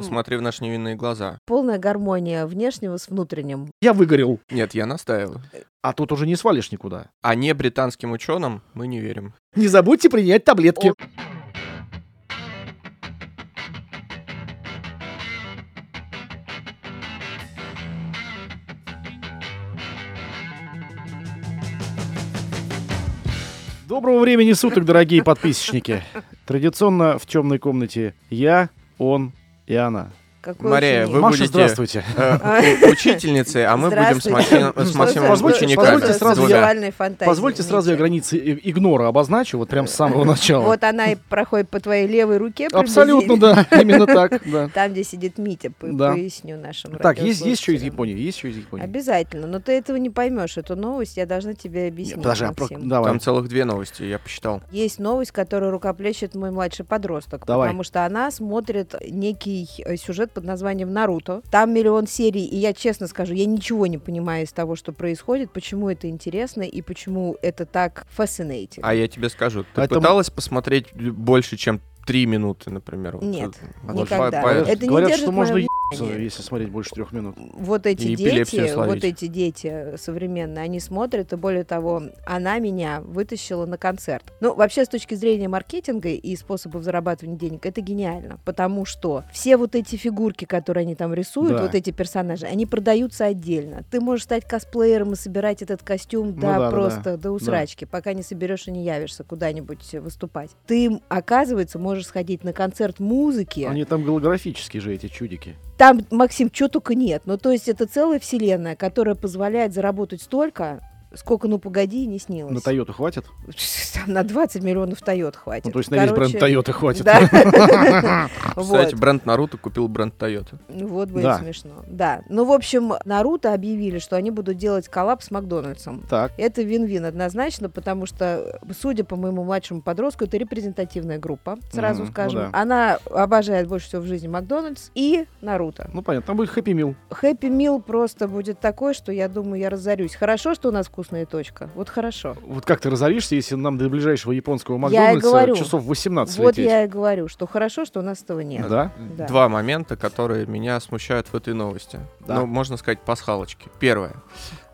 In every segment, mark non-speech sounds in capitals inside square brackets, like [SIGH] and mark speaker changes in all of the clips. Speaker 1: Смотри в наши невинные глаза.
Speaker 2: Полная гармония внешнего с внутренним.
Speaker 3: Я выгорел,
Speaker 1: Нет, я настаиваю.
Speaker 3: а тут уже не свалишь никуда.
Speaker 1: А не британским ученым мы не
Speaker 2: [LAUGHS]
Speaker 1: верим.
Speaker 3: Не забудьте принять таблетки. Доброго времени суток, дорогие подписчики. Традиционно в темной комнате я, он и она.
Speaker 2: Какой
Speaker 1: Мария,
Speaker 2: ученик?
Speaker 1: Вы
Speaker 3: Маша,
Speaker 1: будете-
Speaker 3: здравствуйте.
Speaker 1: Э, у- Учительницы, а мы будем с Максим- с
Speaker 2: А. [LAUGHS] Что
Speaker 1: Максимом
Speaker 2: за-
Speaker 3: Позвольте-
Speaker 1: учениками.
Speaker 3: позвольте
Speaker 2: что за
Speaker 3: сразу я-
Speaker 1: Двумя.
Speaker 2: сексуальные фантазии,
Speaker 3: Позвольте сразу я
Speaker 2: извините?
Speaker 3: границы и- игнора обозначу, вот прям с самого начала.
Speaker 2: Вот она и проходит по твоей левой руке.
Speaker 3: Абсолютно,
Speaker 2: приблизительно. [LAUGHS]
Speaker 3: да, именно так, да.
Speaker 2: Там, где сидит Митя, по-
Speaker 3: Да.
Speaker 2: поясню нашим
Speaker 3: Так, есть, есть еще из
Speaker 2: радиослушателям.
Speaker 3: Японии, есть еще из Японии.
Speaker 2: Обязательно, но ты этого не поймешь. Эту новость я должна тебе
Speaker 3: Нет,
Speaker 2: объяснить.
Speaker 3: подожди, а про-
Speaker 2: Максим.
Speaker 3: давай.
Speaker 1: Там целых две новости, я посчитал.
Speaker 2: Есть новость, которую рукоплещет мой младший подросток.
Speaker 3: Давай.
Speaker 2: Потому что она смотрит некий э, сюжет под названием «Наруто». Там миллион серий, и я честно скажу, я ничего не понимаю из того, что происходит, почему это интересно и почему это так fascinating.
Speaker 1: А я тебе скажу, ты
Speaker 3: А это м-
Speaker 1: пыталась посмотреть больше, чем три минуты, например? Вот
Speaker 2: Нет,
Speaker 1: вот по-
Speaker 2: никогда.
Speaker 1: по-
Speaker 2: Это не
Speaker 3: Говорят,
Speaker 2: держит
Speaker 3: что можно
Speaker 2: моё
Speaker 3: ебаться,
Speaker 2: внимание.
Speaker 3: если смотреть больше трех минут.
Speaker 2: вот эти
Speaker 1: И эпилепсию
Speaker 2: дети,
Speaker 1: словить.
Speaker 2: вот эти дети современные, они смотрят, и более того, она меня вытащила на концерт. Ну, вообще, с точки зрения маркетинга и способов зарабатывания денег, это гениально, потому что все вот эти фигурки, которые они там рисуют,
Speaker 3: Да.
Speaker 2: вот эти персонажи, они продаются отдельно. Ты можешь стать косплеером и собирать этот костюм
Speaker 3: Ну
Speaker 2: до
Speaker 3: да, да, да.
Speaker 2: просто до усрачки, пока не соберешь и не явишься куда-нибудь выступать. Ты, оказывается, можешь сходить на концерт музыки.
Speaker 3: Они там голографические же, эти чудики.
Speaker 2: Там, Максим, чего только нет. Ну, то есть это целая вселенная, которая позволяет заработать столько, сколько, ну, погоди, и не снилось.
Speaker 3: На Тойоту хватит?
Speaker 2: [LAUGHS] Там на 20 миллионов Тойот хватит.
Speaker 3: Ну, то есть на весь бренд
Speaker 2: Короче,
Speaker 3: Тойоты хватит. [LAUGHS]
Speaker 2: Да.
Speaker 1: Кстати,
Speaker 2: Вот.
Speaker 1: бренд Наруто купил бренд Toyota.
Speaker 2: Ну, Вот будет
Speaker 3: Да.
Speaker 2: смешно. Да. Ну, в общем, Наруто объявили, что они будут делать коллаб с Макдональдсом.
Speaker 3: Так,
Speaker 2: Это вин-вин однозначно, потому что, судя по моему младшему подростку, это репрезентативная группа, сразу
Speaker 3: Мгм, ну
Speaker 2: скажем.
Speaker 3: да.
Speaker 2: Она обожает больше всего в жизни Макдональдс и Наруто.
Speaker 3: ну понятно, там будет хэппи мил.
Speaker 2: Хэппи Мил просто будет такой, что я думаю, я разорюсь. Хорошо, что у нас вкусная точка. Вот хорошо.
Speaker 3: Вот как ты разоришься, если нам до ближайшего японского
Speaker 2: Я и говорю.
Speaker 3: Макдональдса часов 18
Speaker 2: вот
Speaker 3: лететь?
Speaker 2: я и говорю, что хорошо, что у нас этого нет.
Speaker 3: Да?
Speaker 2: Да.
Speaker 1: Два момента, которые меня смущают в этой новости.
Speaker 3: Да.
Speaker 1: Ну, можно сказать, пасхалочки. Первое.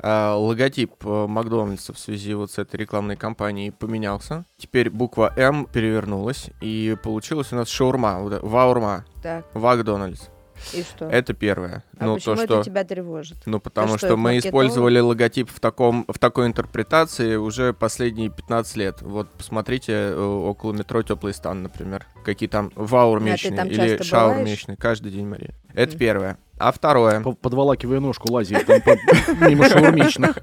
Speaker 1: Э, Логотип э, Макдональдса в связи вот с этой рекламной кампанией поменялся. Теперь буква М перевернулась, и получилась у нас шаурма, вот это, ваурма,
Speaker 2: Так,
Speaker 1: Макдональдс.
Speaker 2: и что?
Speaker 1: Это первое.
Speaker 2: а
Speaker 1: ну,
Speaker 2: почему
Speaker 1: то,
Speaker 2: это
Speaker 1: что...
Speaker 2: тебя тревожит?
Speaker 1: Ну, потому
Speaker 2: что,
Speaker 1: что,
Speaker 2: это
Speaker 1: мы
Speaker 2: маркетолог?
Speaker 1: использовали логотип в, таком, в такой интерпретации уже последние 15 лет. Вот посмотрите э, около метро Теплый стан, например. Какие там ваур
Speaker 2: А ты
Speaker 1: меченые
Speaker 2: там
Speaker 1: или
Speaker 2: часто
Speaker 1: шаур
Speaker 2: бываешь?
Speaker 1: меченые. Каждый день, Мария. Это
Speaker 2: Мгм.
Speaker 1: первое. А второе.
Speaker 3: По- Подволакивая ножку лазит там по- [LAUGHS]
Speaker 2: [LAUGHS]
Speaker 3: мимо шаурмичных.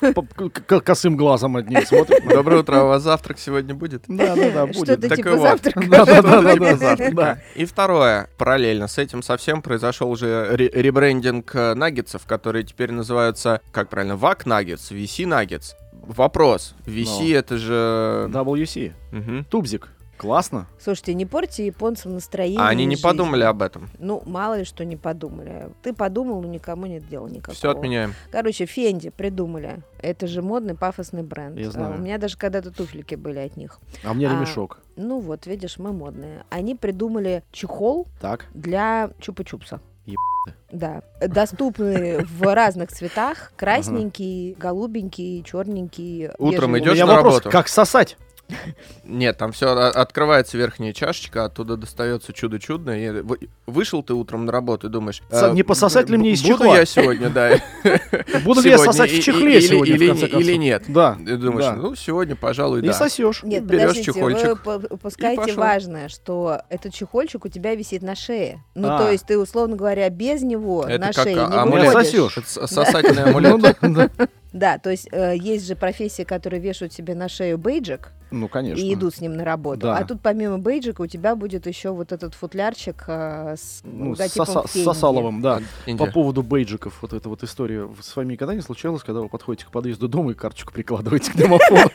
Speaker 3: По- к- к- Косым глазом одним
Speaker 2: [LAUGHS]
Speaker 3: смотрит.
Speaker 1: Доброе утро,
Speaker 3: [LAUGHS]
Speaker 1: а у вас завтрак сегодня будет?
Speaker 3: Да, да, да,
Speaker 2: Что
Speaker 3: будет.
Speaker 2: ты
Speaker 1: Так и
Speaker 2: типа
Speaker 1: вот.
Speaker 2: завтрака?
Speaker 3: Да, да, да, да,
Speaker 1: Доброе
Speaker 2: [LAUGHS]
Speaker 3: да.
Speaker 1: завтрака.
Speaker 3: да.
Speaker 1: И второе. Параллельно с этим совсем произошел уже ре- ребрендинг э, наггетсов, которые теперь называются, как правильно, ВАК наггетс, VC наггетс. Вопрос. VC это же...
Speaker 3: WC.
Speaker 1: Мгм.
Speaker 3: Тубзик. Классно.
Speaker 2: Слушайте, не порти японцам настроение.
Speaker 1: А они
Speaker 2: и
Speaker 1: не
Speaker 2: жизнь.
Speaker 1: подумали об этом.
Speaker 2: Ну, мало ли что не подумали. Ты подумал, но никому нет дела никакого.
Speaker 1: Все отменяем.
Speaker 2: Короче, Фенди придумали. Это же модный пафосный бренд.
Speaker 3: Я
Speaker 2: А,
Speaker 3: знаю.
Speaker 2: У меня даже когда-то туфельки были от них.
Speaker 3: А мне
Speaker 2: А.
Speaker 3: ремешок.
Speaker 2: Ну вот, видишь, мы модные. Они придумали чехол
Speaker 3: Так.
Speaker 2: для чупа-чупса.
Speaker 3: Еб
Speaker 2: Да, доступны в разных цветах. Красненький, голубенький, черненький.
Speaker 1: Утром
Speaker 3: У
Speaker 1: Идёшь
Speaker 3: меня
Speaker 1: на
Speaker 3: вопрос,
Speaker 1: работу?
Speaker 3: как сосать?
Speaker 1: Нет, там все открывается верхняя чашечка, оттуда достается чудо чудное. И вы- Вышел ты утром на работу и думаешь,
Speaker 3: Са-
Speaker 1: э,
Speaker 3: не пососать ли мне из
Speaker 1: буду
Speaker 3: чехла?
Speaker 1: я сегодня, да.
Speaker 3: [LAUGHS] Буду ли я
Speaker 1: сегодня
Speaker 3: сосать
Speaker 1: и-
Speaker 3: в чехле
Speaker 1: и-
Speaker 3: сегодня,
Speaker 1: или,
Speaker 3: в конце
Speaker 1: или- или
Speaker 3: концов?
Speaker 1: нет?
Speaker 3: Да.
Speaker 1: Ты думаешь,
Speaker 3: Да.
Speaker 1: ну сегодня, пожалуй,
Speaker 3: И
Speaker 1: да.
Speaker 3: сосешь.
Speaker 2: Нет,
Speaker 1: Берёшь
Speaker 2: подождите,
Speaker 1: чехольчик
Speaker 2: вы по- упускаете
Speaker 1: пошёл.
Speaker 2: важное, что этот чехольчик у тебя висит на шее. Ну,
Speaker 3: А.
Speaker 2: то есть ты, условно говоря, без него
Speaker 1: Это
Speaker 2: на
Speaker 1: как
Speaker 2: шее не
Speaker 1: амулет.
Speaker 2: выходишь.
Speaker 3: Сосёшь.
Speaker 1: С-
Speaker 3: [LAUGHS]
Speaker 1: Сосательный
Speaker 3: Ну
Speaker 1: амулет.
Speaker 3: да, да.
Speaker 2: Да, то есть э, есть же профессии, которые вешают себе на шею бейджик
Speaker 3: Ну, конечно.
Speaker 2: и идут с ним на работу.
Speaker 3: Да.
Speaker 2: А тут помимо бейджика у тебя будет еще вот этот футлярчик э, с
Speaker 3: Ну, с
Speaker 2: логотипом
Speaker 3: соса- с
Speaker 2: Фенди.
Speaker 3: сосаловым, да. По
Speaker 1: Индия.
Speaker 3: поводу бейджиков, вот эта вот история в- с вами никогда не случалась, когда вы подходите к подъезду дома и карточку прикладываете к домофону?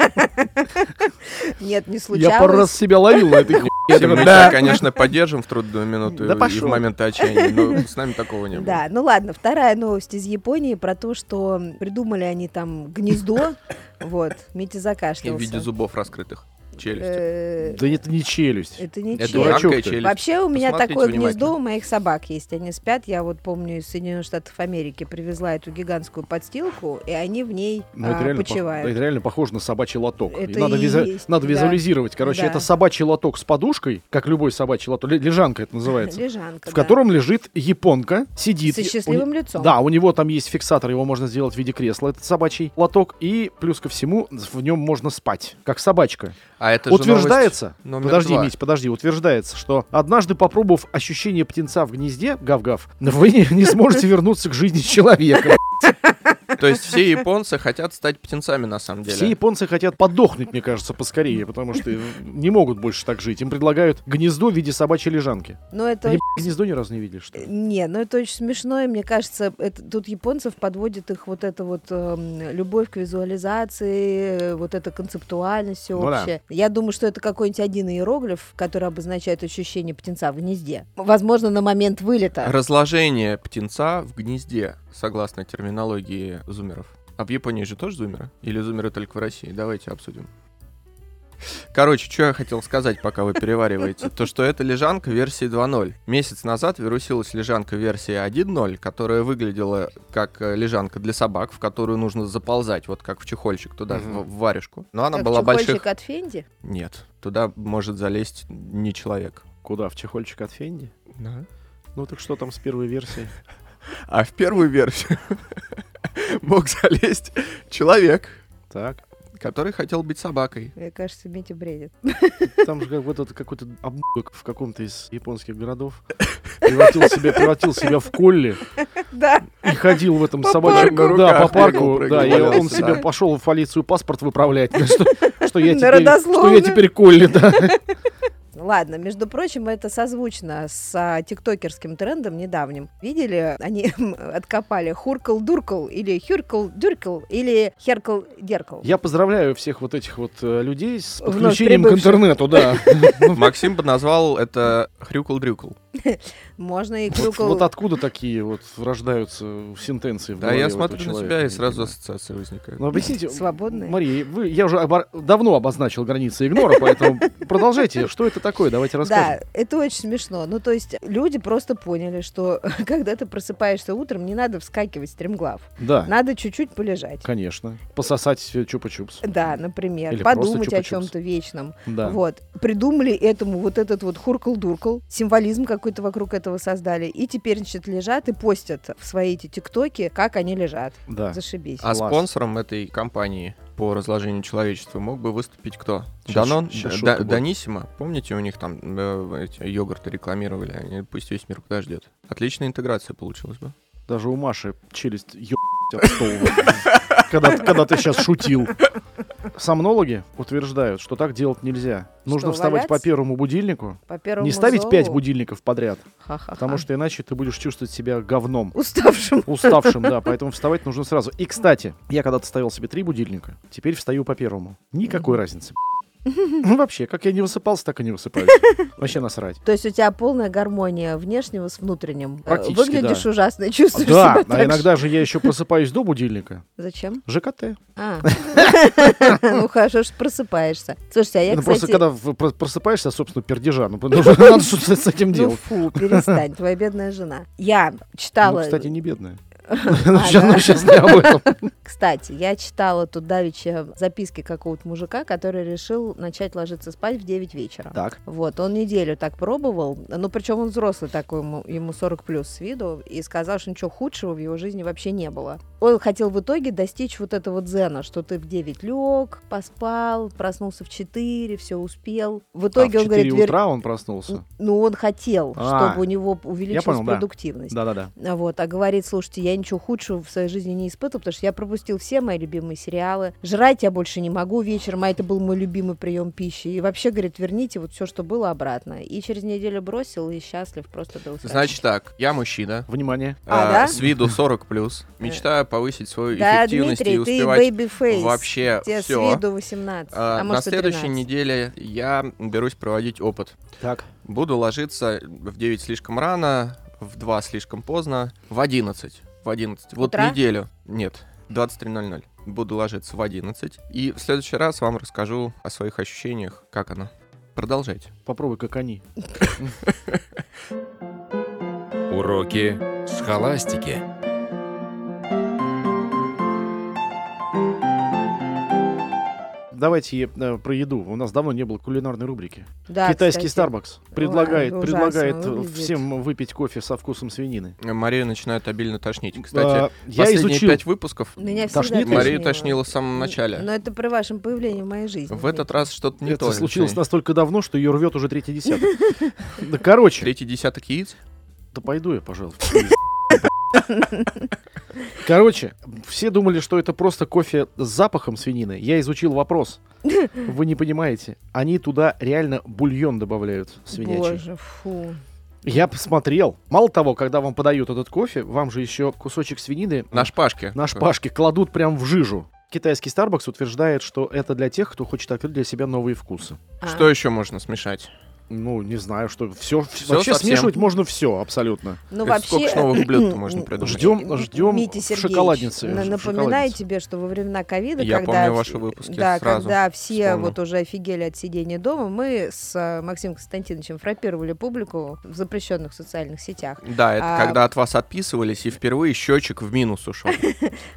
Speaker 2: Нет, не [LAUGHS] случалось.
Speaker 3: Я пару раз себя ловил на этой хуйне. Я
Speaker 1: Мы
Speaker 3: такой,
Speaker 1: тебя,
Speaker 3: да.
Speaker 1: конечно, поддержим в трудную минуту
Speaker 3: Да
Speaker 1: и в
Speaker 3: пошёл.
Speaker 1: моменты отчаяния, но с нами такого не было.
Speaker 2: Да, ну ладно, вторая новость из Японии про то, что
Speaker 1: [LAUGHS]
Speaker 2: придумали они там гнездо. Вот,
Speaker 1: И
Speaker 2: Митя
Speaker 1: в виде
Speaker 2: закашлялся.
Speaker 1: зубов раскрытых. челюсти.
Speaker 2: Э,
Speaker 3: Да это не челюсть.
Speaker 2: Это не
Speaker 1: Это
Speaker 2: челюсть.
Speaker 3: дурак.
Speaker 1: рамкая
Speaker 3: Дурачок ты.
Speaker 1: челюсть.
Speaker 2: Вообще у меня
Speaker 1: Посмотрите
Speaker 2: такое гнездо
Speaker 1: внимательно.
Speaker 2: у моих собак есть. Они спят. Я вот помню из Соединенных Штатов Америки привезла эту гигантскую подстилку, и они в ней
Speaker 3: Ну,
Speaker 2: а,
Speaker 3: это, реально пох-
Speaker 2: почивают.
Speaker 3: это реально похоже на собачий лоток. И
Speaker 2: Это
Speaker 3: надо
Speaker 2: и
Speaker 3: визу-
Speaker 2: есть,
Speaker 3: надо
Speaker 2: да.
Speaker 3: визуализировать. Короче,
Speaker 2: Да.
Speaker 3: это собачий лоток с подушкой, как любой собачий лоток. ле- Лежанка это называется.
Speaker 2: [LAUGHS] Лежанка.
Speaker 3: в
Speaker 2: да.
Speaker 3: котором лежит японка, сидит.
Speaker 2: Со
Speaker 3: и- у
Speaker 2: счастливым
Speaker 3: не-
Speaker 2: лицом.
Speaker 3: Да, у него там есть фиксатор, его можно сделать в виде кресла, этот собачий лоток. И плюс ко всему, в нем можно спать, как собачка.
Speaker 1: А это же
Speaker 3: утверждается,
Speaker 1: новость номер
Speaker 3: подожди,
Speaker 1: два.
Speaker 3: Мить, подожди, утверждается, что однажды попробовав ощущение птенца в гнезде, гав-гав, вы не, не сможете вернуться к жизни человека.
Speaker 1: новость. То есть все японцы хотят стать птенцами на самом деле.
Speaker 3: Все японцы хотят подохнуть, мне кажется, поскорее, потому что э, не могут больше так жить. Им предлагают гнездо в виде собачьей лежанки.
Speaker 2: Но это
Speaker 3: Они б***ь, гнездо ни разу не видели, что
Speaker 2: Э,
Speaker 3: ли?
Speaker 2: Не, ну это очень смешно, и мне кажется, это, тут японцев подводит их вот эта вот эм, любовь к визуализации, э, вот эта концептуальность
Speaker 3: Ну да.
Speaker 2: всеобщая. Я думаю, что это какой-нибудь один иероглиф, который обозначает ощущение птенца в гнезде. Возможно, на момент вылета.
Speaker 1: Разложение птенца в гнезде, согласно терминологии зумеров. А в Японии же тоже зумеры? Или зумеры только в России? Давайте обсудим. Короче, что я хотел сказать, пока вы перевариваете, то что это лежанка версии 2.0. Месяц назад вирусилась лежанка версии 1.0, которая выглядела как э, лежанка для собак, в которую нужно заползать, вот как в чехольчик туда,
Speaker 3: Мгм.
Speaker 1: в, в варежку. Но она
Speaker 2: Как
Speaker 1: была
Speaker 2: чехольчик
Speaker 1: больших...
Speaker 2: от Фенди.
Speaker 1: Нет, туда может залезть не человек.
Speaker 3: Куда? В чехольчик от Фенди? Ну так что там с первой версией?
Speaker 1: А в первую версию [LAUGHS] мог залезть человек,
Speaker 3: Так,
Speaker 1: который хотел быть собакой.
Speaker 2: Мне кажется, Митя бредит. [LAUGHS]
Speaker 3: там же как вот этот какой-то обмудок в каком-то из японских городов превратил себя, превратил себя в колли
Speaker 2: Да,
Speaker 3: и ходил в этом
Speaker 2: По
Speaker 3: собачьем...
Speaker 1: парку.
Speaker 3: Да,
Speaker 1: На руках
Speaker 3: по
Speaker 1: бегал,
Speaker 3: парку.
Speaker 1: прыгал,
Speaker 3: Да, и он
Speaker 1: валялся,
Speaker 3: себе
Speaker 1: да.
Speaker 3: пошел в полицию паспорт выправлять, [LAUGHS] что, что я
Speaker 2: На
Speaker 3: теперь, что я
Speaker 2: родословную.
Speaker 3: теперь колли, да.
Speaker 2: Ладно, между прочим, это созвучно с а, тиктокерским трендом недавним. Видели, они [LAUGHS] откопали хуркл-дуркл или хюркл-дюркл или херкл-деркл.
Speaker 3: Я поздравляю всех вот этих вот э, людей с
Speaker 2: Вновь
Speaker 3: подключением к
Speaker 2: прибывших. [LAUGHS]
Speaker 3: интернету, да.
Speaker 1: Ну, Максим бы назвал это хрюкл-дрюкл.
Speaker 2: Можно и
Speaker 3: Вот,
Speaker 2: крюкл... [LAUGHS]
Speaker 3: вот откуда такие вот рождаются э, сентенции в
Speaker 1: Да,
Speaker 3: голове
Speaker 1: я
Speaker 3: у этого
Speaker 1: смотрю на
Speaker 3: человека,
Speaker 1: себя, и
Speaker 3: не
Speaker 1: сразу
Speaker 3: понимаю.
Speaker 1: ассоциации возникают.
Speaker 3: Ну, объясните,
Speaker 2: Свободные.
Speaker 3: Мария, вы, я уже обор- давно обозначил границы игнора, поэтому продолжайте. Что это такое? Давайте
Speaker 2: Да,
Speaker 3: расскажем.
Speaker 2: это очень смешно. Ну, то есть люди просто поняли, что [LAUGHS] когда ты просыпаешься утром, не надо вскакивать стремглав.
Speaker 3: Да,
Speaker 2: Надо чуть-чуть полежать.
Speaker 3: конечно. Пососать э, чупа-чупс.
Speaker 2: Да, например,
Speaker 3: Или просто
Speaker 2: подумать о
Speaker 3: чупа-чупс.
Speaker 2: чем-то вечном.
Speaker 3: Да.
Speaker 2: Вот. Придумали этому вот этот вот хуркл-дуркл, символизм какой-то вокруг этого создали. И теперь, значит, лежат и постят в свои эти тиктоки, как они лежат.
Speaker 3: Да.
Speaker 2: Зашибись.
Speaker 1: А
Speaker 3: класс.
Speaker 1: спонсором этой компании по разложению человечества мог бы выступить кто?
Speaker 3: Щас-
Speaker 1: Данон? э,
Speaker 3: щас
Speaker 1: Да-
Speaker 3: шутка будет.
Speaker 1: Даниссимо? Помните, у них там э, эти йогурты рекламировали? Они, пусть весь мир куда ждет. Отличная интеграция получилась бы.
Speaker 3: Даже у Маши челюсть ебать от стула. Когда, когда ты сейчас шутил. Сомнологи утверждают, что так делать нельзя. Нужно
Speaker 2: Что,
Speaker 3: вставать по
Speaker 2: валяться?
Speaker 3: первому будильнику.
Speaker 2: По первому
Speaker 3: Не ставить
Speaker 2: зову.
Speaker 3: пять будильников подряд,
Speaker 2: Ха-ха-ха.
Speaker 3: потому что иначе ты будешь чувствовать себя говном.
Speaker 2: Уставшим.
Speaker 3: Уставшим, да, поэтому вставать нужно сразу. И, кстати, я когда-то ставил себе три будильника, теперь встаю по первому. Никакой разницы. Ну, вообще, как я не высыпался, так и не высыпаюсь. Вообще насрать.
Speaker 2: То есть у тебя полная гармония внешнего с внутренним. Э,
Speaker 3: Практически,
Speaker 2: Выглядишь ужасно и чувствуешь
Speaker 3: Да,
Speaker 2: себя так
Speaker 3: а
Speaker 2: же.
Speaker 3: иногда же я еще просыпаюсь до будильника.
Speaker 2: Зачем?
Speaker 3: ЖКТ. [LAUGHS]
Speaker 2: А. Ну хорошо, что просыпаешься. Слушайте, а я,
Speaker 3: ну, просто
Speaker 2: кстати...
Speaker 3: когда в- про- просыпаешься, собственно, пердежа, ну, потому что надо что-то с этим
Speaker 2: Ну
Speaker 3: делать.
Speaker 2: фу, перестань, твоя бедная жена. Я
Speaker 3: Ну,
Speaker 2: читала...
Speaker 3: кстати, не бедная. [LAUGHS] Ну,
Speaker 2: да.
Speaker 3: Сейчас не об этом.
Speaker 2: Кстати, я читала тут давеча записки какого-то мужика, который решил начать ложиться спать в 9 вечера.
Speaker 3: Так.
Speaker 2: Вот, он неделю так пробовал, ну, причем он взрослый такой, ему, ему 40 плюс с виду, и сказал, что ничего худшего в его жизни вообще не было. Он хотел в итоге достичь вот этого дзена, что ты в 9 лег, поспал, проснулся в 4, все успел. В
Speaker 3: А в
Speaker 2: итоге он
Speaker 3: 4
Speaker 2: говорит, вер-
Speaker 3: утра он проснулся.
Speaker 2: ну, он хотел,
Speaker 3: А,
Speaker 2: чтобы у него увеличилась
Speaker 3: понял, да.
Speaker 2: продуктивность.
Speaker 3: Да-да-да.
Speaker 2: А Вот, а говорит, слушайте, я ничего худшего в своей жизни не испытывал, потому что я пропустил все мои любимые сериалы, жрать я больше не могу вечером, а это был мой любимый прием пищи. И вообще, говорит, верните вот все, что было обратно. И через неделю бросил и счастлив просто был.
Speaker 1: Значит так, я мужчина.
Speaker 3: Внимание.
Speaker 2: А,
Speaker 1: э,
Speaker 2: да? Э.
Speaker 1: С виду 40 плюс. Мечтаю повысить свою
Speaker 2: да,
Speaker 1: эффективность и
Speaker 2: Дмитрий, ты
Speaker 1: успевать
Speaker 2: бэйби-фейс.
Speaker 1: вообще
Speaker 2: Тебе с
Speaker 1: все.
Speaker 2: виду 18, а,
Speaker 1: А, На
Speaker 2: может и
Speaker 1: следующей
Speaker 2: 13.
Speaker 1: неделе я берусь проводить опыт.
Speaker 3: Так.
Speaker 1: Буду ложиться в 9 слишком рано, в 2 слишком поздно, в 11. В 11. Вот
Speaker 2: Утра?
Speaker 1: неделю. Нет, 23.00. буду ложиться в 11. И в следующий раз вам расскажу о своих ощущениях, как оно. Продолжайте.
Speaker 3: Попробуй, как они.
Speaker 4: Уроки схоластики.
Speaker 3: Давайте э, про еду. У нас давно не было кулинарной рубрики.
Speaker 2: Да,
Speaker 3: Китайский
Speaker 2: кстати.
Speaker 3: Starbucks предлагает,
Speaker 2: ужасно
Speaker 3: предлагает э,
Speaker 2: выглядит.
Speaker 3: всем выпить кофе со вкусом свинины.
Speaker 1: Мария начинает обильно тошнить. Кстати,
Speaker 3: А, я
Speaker 1: последние
Speaker 3: изучил.
Speaker 1: пять выпусков
Speaker 2: Меня всегда
Speaker 3: Тошнит?
Speaker 1: Марию тошнило в самом
Speaker 2: Но
Speaker 1: начале.
Speaker 2: это при вашем появлении в моей жизни.
Speaker 1: В этот раз что-то не
Speaker 3: это
Speaker 1: то.
Speaker 3: случилось
Speaker 1: Алексей.
Speaker 3: настолько давно, что ее рвет уже
Speaker 2: [LAUGHS]
Speaker 3: третий десяток. Да короче,
Speaker 1: Третий десяток яиц?
Speaker 3: да пойду я, пожалуй. Короче, все думали, что это просто кофе с запахом свинины. Я изучил вопрос. Вы не понимаете. Они туда реально бульон добавляют свинячий.
Speaker 2: Боже, фу.
Speaker 3: Я посмотрел. Мало того, когда вам подают этот кофе, вам же еще кусочек свинины
Speaker 1: На шпажке.
Speaker 3: на шпажке кладут прям в жижу. Китайский Starbucks утверждает, что это для тех, кто хочет открыть для себя новые вкусы.
Speaker 2: А,
Speaker 1: Э, Что еще можно смешать?
Speaker 3: Ну, не знаю, что все,
Speaker 1: Всё
Speaker 3: вообще
Speaker 1: совсем?
Speaker 3: смешивать можно все абсолютно.
Speaker 2: Ну,
Speaker 1: Это сколько ж новых
Speaker 2: [CLEARS THROAT]
Speaker 1: блюд можно придумать?
Speaker 3: Ждем, ждем
Speaker 2: М-м-м, Митя Сергеевич,
Speaker 3: шоколадницы.
Speaker 2: на-
Speaker 3: ш-
Speaker 2: напоминаю
Speaker 3: шоколадницы.
Speaker 2: тебе, что во времена ковида,
Speaker 1: Я
Speaker 2: когда,
Speaker 1: помню
Speaker 2: вс-
Speaker 1: ваши выпуски,
Speaker 2: да,
Speaker 1: сразу
Speaker 2: когда все
Speaker 1: вспомнил.
Speaker 2: вот уже офигели от сидения дома, мы с э, Максимом Константиновичем фрапировали публику в запрещенных социальных сетях.
Speaker 1: Да, это
Speaker 2: А-
Speaker 1: когда от вас отписывались, и впервые счетчик в минус
Speaker 2: [LAUGHS]
Speaker 1: ушел.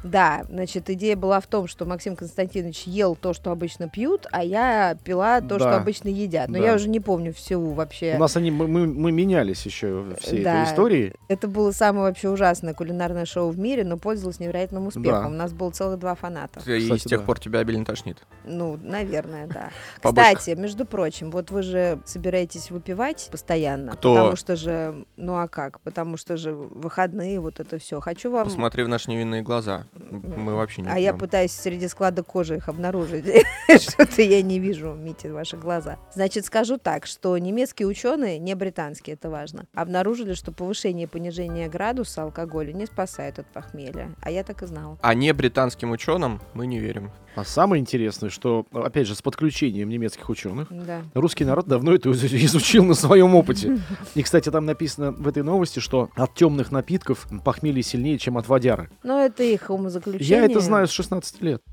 Speaker 2: Да, значит, идея была в том, что Максим Константинович ел то, что обычно пьют, а я пила то,
Speaker 3: Да.
Speaker 2: что обычно едят. Но
Speaker 3: Да.
Speaker 2: я уже не помню всего вообще.
Speaker 3: У нас они, мы, мы- мы менялись еще всей
Speaker 2: Да.
Speaker 3: этой истории.
Speaker 2: Это было самое вообще ужасное кулинарное шоу в мире, но пользовалось невероятным успехом.
Speaker 3: Да.
Speaker 2: У нас было целых два фаната.
Speaker 1: И с
Speaker 3: Кстати,
Speaker 1: тех
Speaker 3: да.
Speaker 1: пор тебя обильно тошнит.
Speaker 2: Ну, наверное,
Speaker 3: [LAUGHS]
Speaker 2: да.
Speaker 1: Бабушка.
Speaker 2: Кстати, между прочим, вот вы же собираетесь выпивать постоянно.
Speaker 1: Кто?
Speaker 2: Потому что же, ну а как? Потому что же выходные, вот это все. Хочу вам...
Speaker 1: Посмотри в наши невинные глаза. Мы вообще не
Speaker 2: А я
Speaker 1: пьём.
Speaker 2: пытаюсь среди склада кожи их обнаружить. [LAUGHS] Что-то я не вижу, Митя, ваши глаза. Значит, скажу так, что немецкие ученые, не британские, это важно, обнаружили, что повышение и понижение градуса алкоголя не спасает от похмелья. А я так и знала.
Speaker 1: А не британским ученым мы не
Speaker 2: [LAUGHS]
Speaker 1: верим.
Speaker 3: А самое интересное, что, ну, опять же, с подключением немецких ученых,
Speaker 2: Да.
Speaker 3: Русский народ давно это из- изучил на своем опыте. И, кстати, там написано в этой новости, что от темных напитков похмелье сильнее, чем от водяры.
Speaker 2: Но это их умозаключение.
Speaker 3: Я это знаю с 16 лет.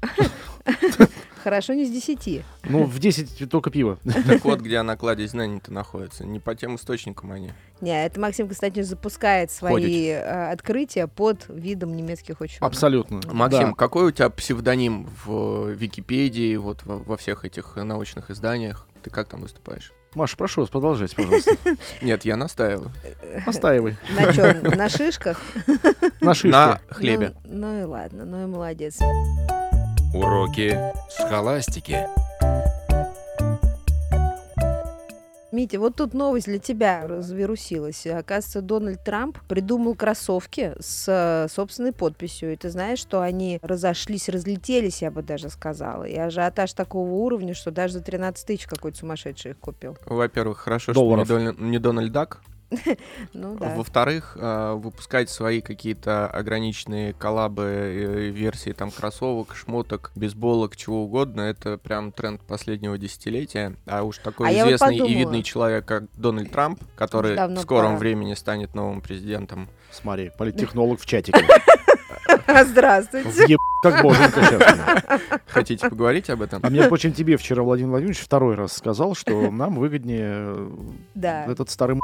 Speaker 2: Хорошо, не с 10.
Speaker 3: Ну, в 10 только пиво.
Speaker 1: Так вот, где она кладезь знаний-то находится. Не по тем источникам они.
Speaker 2: Не, это Максим Константинович запускает свои
Speaker 1: Ходите.
Speaker 2: э, открытия под видом немецких ученых.
Speaker 3: Абсолютно.
Speaker 1: Максим,
Speaker 3: Да.
Speaker 1: какой у тебя псевдоним в э, Википедии, вот во, во всех этих э, научных изданиях? Ты как там выступаешь?
Speaker 3: Маша, прошу вас, продолжайте, пожалуйста.
Speaker 1: Нет, я настаиваю.
Speaker 3: Настаивай.
Speaker 2: На чем? На шишках?
Speaker 3: На шишке.
Speaker 1: На хлебе.
Speaker 2: Ну, ну и ладно, ну и молодец.
Speaker 4: Уроки схоластики.
Speaker 2: Митя, вот тут новость для тебя развирусилась. Оказывается, Дональд Трамп придумал кроссовки с э, собственной подписью. И ты знаешь, что они разошлись, разлетелись, я бы даже сказала. И ажиотаж такого уровня, что даже за 13 тысяч какой-то сумасшедший их купил.
Speaker 1: Во-первых, хорошо,
Speaker 3: Долларов.
Speaker 1: что не, Дон- не Дональд Дак.
Speaker 2: Ну да.
Speaker 1: Во-вторых, э, выпускать свои какие-то ограниченные коллабы, э, версии там кроссовок, шмоток, бейсболок, чего угодно, это прям тренд последнего десятилетия. А уж такой
Speaker 2: А я вот
Speaker 1: известный и
Speaker 2: подумала.
Speaker 1: видный человек, как Дональд Трамп, который
Speaker 2: Давно
Speaker 1: в скором
Speaker 2: пора.
Speaker 1: времени станет новым президентом.
Speaker 3: Смотри, политтехнолог в чатике.
Speaker 2: [LAUGHS] Здравствуйте.
Speaker 3: Въеб- Как боженька сейчас.
Speaker 1: Хотите поговорить об этом?
Speaker 3: А между прочим, тебе вчера Владимир Владимирович второй раз сказал, что нам выгоднее
Speaker 2: Да.
Speaker 3: э, этот старый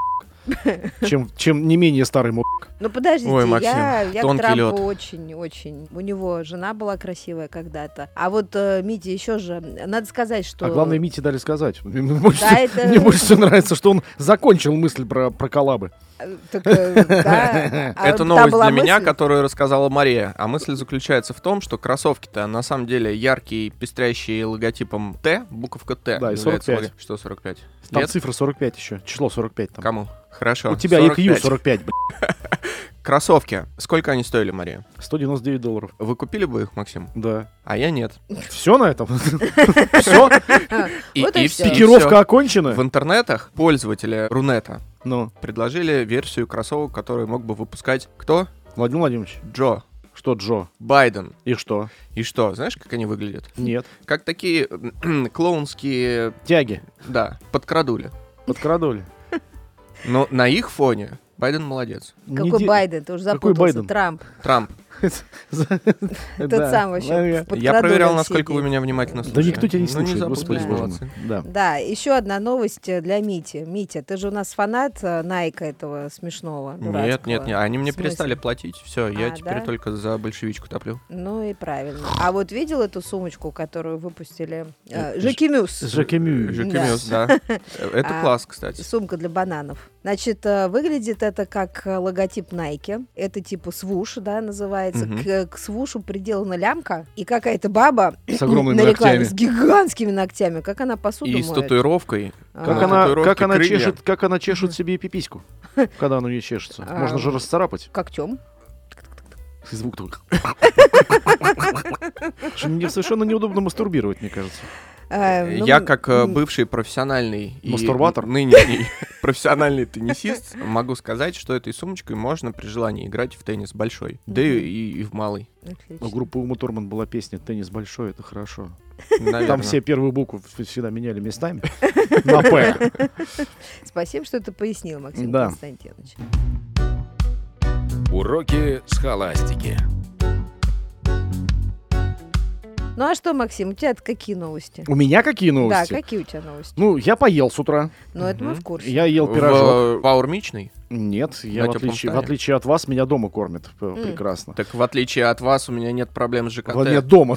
Speaker 3: м***, чем, чем не менее старый м***. А
Speaker 2: Ну подождите,
Speaker 1: Ой, Максим,
Speaker 2: я, я к
Speaker 1: тонкий лед.
Speaker 2: Трампу очень-очень. У него жена была красивая когда-то. А вот э, Митя еще же, надо сказать, что...
Speaker 3: А главное, Мите дали сказать. Мне больше,
Speaker 2: Да, это-
Speaker 3: мне больше всего нравится, что он закончил мысль про, про коллабы.
Speaker 2: Э, так, э, да. А вот
Speaker 1: Это
Speaker 2: там
Speaker 1: новость
Speaker 2: была
Speaker 1: для меня,
Speaker 2: мысль-
Speaker 1: которую рассказала Мария. А мысль заключается в том, что кроссовки-то на самом деле яркие, пестрящие логотипом Т, буковка Т.
Speaker 3: Да, и
Speaker 1: является
Speaker 3: 45.
Speaker 1: лого- Что 45?
Speaker 3: Там
Speaker 1: Лет?
Speaker 3: цифра 45 еще, число 45 там.
Speaker 1: Кому? Хорошо.
Speaker 3: У тебя E
Speaker 1: 45.
Speaker 3: EQ 45, блин.
Speaker 1: Кроссовки. Сколько они стоили, Мария?
Speaker 3: 199 долларов.
Speaker 1: Вы купили бы их, Максим?
Speaker 3: Да.
Speaker 1: А я нет.
Speaker 3: Все на
Speaker 2: [LAUGHS]
Speaker 3: этом? Все?
Speaker 2: Вот и всё.
Speaker 1: всё.
Speaker 3: Пикировка окончена?
Speaker 1: В интернетах пользователи Рунета
Speaker 3: Ну,
Speaker 1: предложили версию кроссовок, которую мог бы выпускать кто?
Speaker 3: Владимир Владимирович,
Speaker 1: Джо
Speaker 3: что Джо?
Speaker 1: Байден.
Speaker 3: И что?
Speaker 1: И что, знаешь, как они выглядят?
Speaker 3: Нет.
Speaker 1: Как такие [CLEARS THROAT] кхм, клоунские,
Speaker 3: Тяги
Speaker 1: да, подкрадули.
Speaker 3: подкрадули.
Speaker 1: Но на их фоне Байден молодец.
Speaker 2: Какой
Speaker 3: Не де-
Speaker 2: Байден? Ты уже
Speaker 3: Какой [LAUGHS]
Speaker 2: запутался.
Speaker 3: Байден?
Speaker 2: Трамп.
Speaker 1: Трамп.
Speaker 3: Тот
Speaker 2: Тот сам вообще. в- под
Speaker 1: Я
Speaker 2: крадуной
Speaker 1: проверял,
Speaker 2: все
Speaker 1: насколько вы
Speaker 2: эти.
Speaker 1: меня внимательно
Speaker 3: Да
Speaker 1: слушали.
Speaker 3: никто тебя не
Speaker 1: Ну,
Speaker 3: слушает,
Speaker 1: забыл,
Speaker 3: господи
Speaker 1: да.
Speaker 3: боже мой. Да.
Speaker 2: Да, еще одна новость э, для Мити. Митя, ты же у нас фанат э, Найка этого смешного.
Speaker 1: Нет,
Speaker 2: дурацкого.
Speaker 1: нет, нет, они мне
Speaker 2: В смысле?
Speaker 1: перестали платить, все, я
Speaker 2: А,
Speaker 1: теперь
Speaker 2: да?
Speaker 1: только за большевичку топлю.
Speaker 2: Ну и правильно. А вот видел эту сумочку, которую выпустили?
Speaker 3: Э,
Speaker 2: Э,
Speaker 3: ж-
Speaker 2: Жекимюс.
Speaker 3: С Жаке Мюэ.
Speaker 1: Жекемёс, да.
Speaker 2: [LAUGHS]
Speaker 1: Это
Speaker 2: А,
Speaker 1: класс, кстати.
Speaker 2: Сумка для бананов. Значит, э, выглядит это как э, логотип Nike. Это типа свуш, да, называется.
Speaker 1: Мгм.
Speaker 2: К, к свушу приделана лямка. И какая-то баба
Speaker 3: С огромными
Speaker 2: на рекламе
Speaker 3: ногтями.
Speaker 2: с гигантскими ногтями. Как она посуду
Speaker 1: И с
Speaker 2: моет?
Speaker 1: татуировкой.
Speaker 2: А,
Speaker 3: Как
Speaker 1: На
Speaker 3: она,
Speaker 1: татуировке
Speaker 3: как она
Speaker 1: крылья.
Speaker 3: чешет, как она чешет себе
Speaker 1: [LAUGHS]
Speaker 3: пипиську, когда она у нее чешется.
Speaker 2: А.
Speaker 3: Можно же расцарапать.
Speaker 2: Когтем.
Speaker 3: И звук такой. Что Мне совершенно неудобно мастурбировать, мне кажется.
Speaker 2: Э, ну,
Speaker 1: Я, как э,
Speaker 2: м,
Speaker 1: бывший профессиональный и
Speaker 3: Мастурбатор?
Speaker 1: нынешний [LAUGHS] профессиональный теннисист, могу сказать, что этой сумочкой можно при желании играть в теннис большой, да и, и- и в
Speaker 3: [LAUGHS]
Speaker 1: малый.
Speaker 2: Отлично.
Speaker 3: У группы Ума Турман была песня «Теннис большой, это хорошо». Там
Speaker 1: Наверное.
Speaker 3: все первые буквы в- всегда меняли местами. На «П».
Speaker 2: Спасибо, что ты пояснил, Максим
Speaker 3: Да.
Speaker 2: Константинович.
Speaker 4: Уроки схоластики.
Speaker 2: Ну а что, Максим, у тебя какие новости?
Speaker 3: У меня какие
Speaker 2: Да,
Speaker 3: новости?
Speaker 2: какие у тебя новости?
Speaker 3: Ну, я поел с утра.
Speaker 2: Ну, это мы
Speaker 1: Мгм.
Speaker 2: в курсе.
Speaker 3: Я ел
Speaker 1: В э,
Speaker 3: пирожок.
Speaker 1: паурмичный?
Speaker 3: Нет, я
Speaker 1: На
Speaker 3: в
Speaker 1: теплом
Speaker 3: отличие, в
Speaker 1: таре.
Speaker 3: отличие от вас, меня дома кормят э, прекрасно.
Speaker 1: Так в отличие от вас, у меня нет проблем с ЖКТ.
Speaker 3: Вот я дома.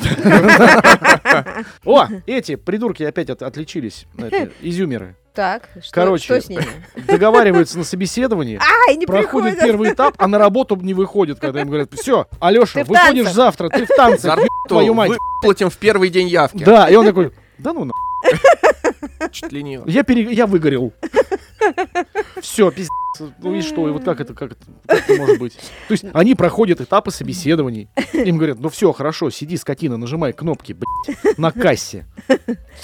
Speaker 3: О, эти придурки опять от- отличились. эти Изюмеры.
Speaker 2: Так, что,
Speaker 3: Короче.
Speaker 2: что с ними?
Speaker 3: Договариваются на собеседовании.
Speaker 2: А, и не
Speaker 3: Проходит
Speaker 2: приходят.
Speaker 3: первый этап, а на работу не выходит, когда им говорят, все, Алеша,
Speaker 2: Ты в
Speaker 3: выходишь
Speaker 2: танцах».
Speaker 3: завтра, ты в танце,
Speaker 1: Зарплату
Speaker 3: твою мать.
Speaker 1: выплатим в первый день явки.
Speaker 3: Да, и он такой, да ну, на-
Speaker 1: Чуть ли не...
Speaker 3: я, пере... я выгорел. Все, пиздец. Ну и что, и вот как это, как это, как это может быть? То есть они проходят этапы собеседований. Им говорят, ну все, хорошо, сиди, скотина, нажимай кнопки, блядь, на кассе.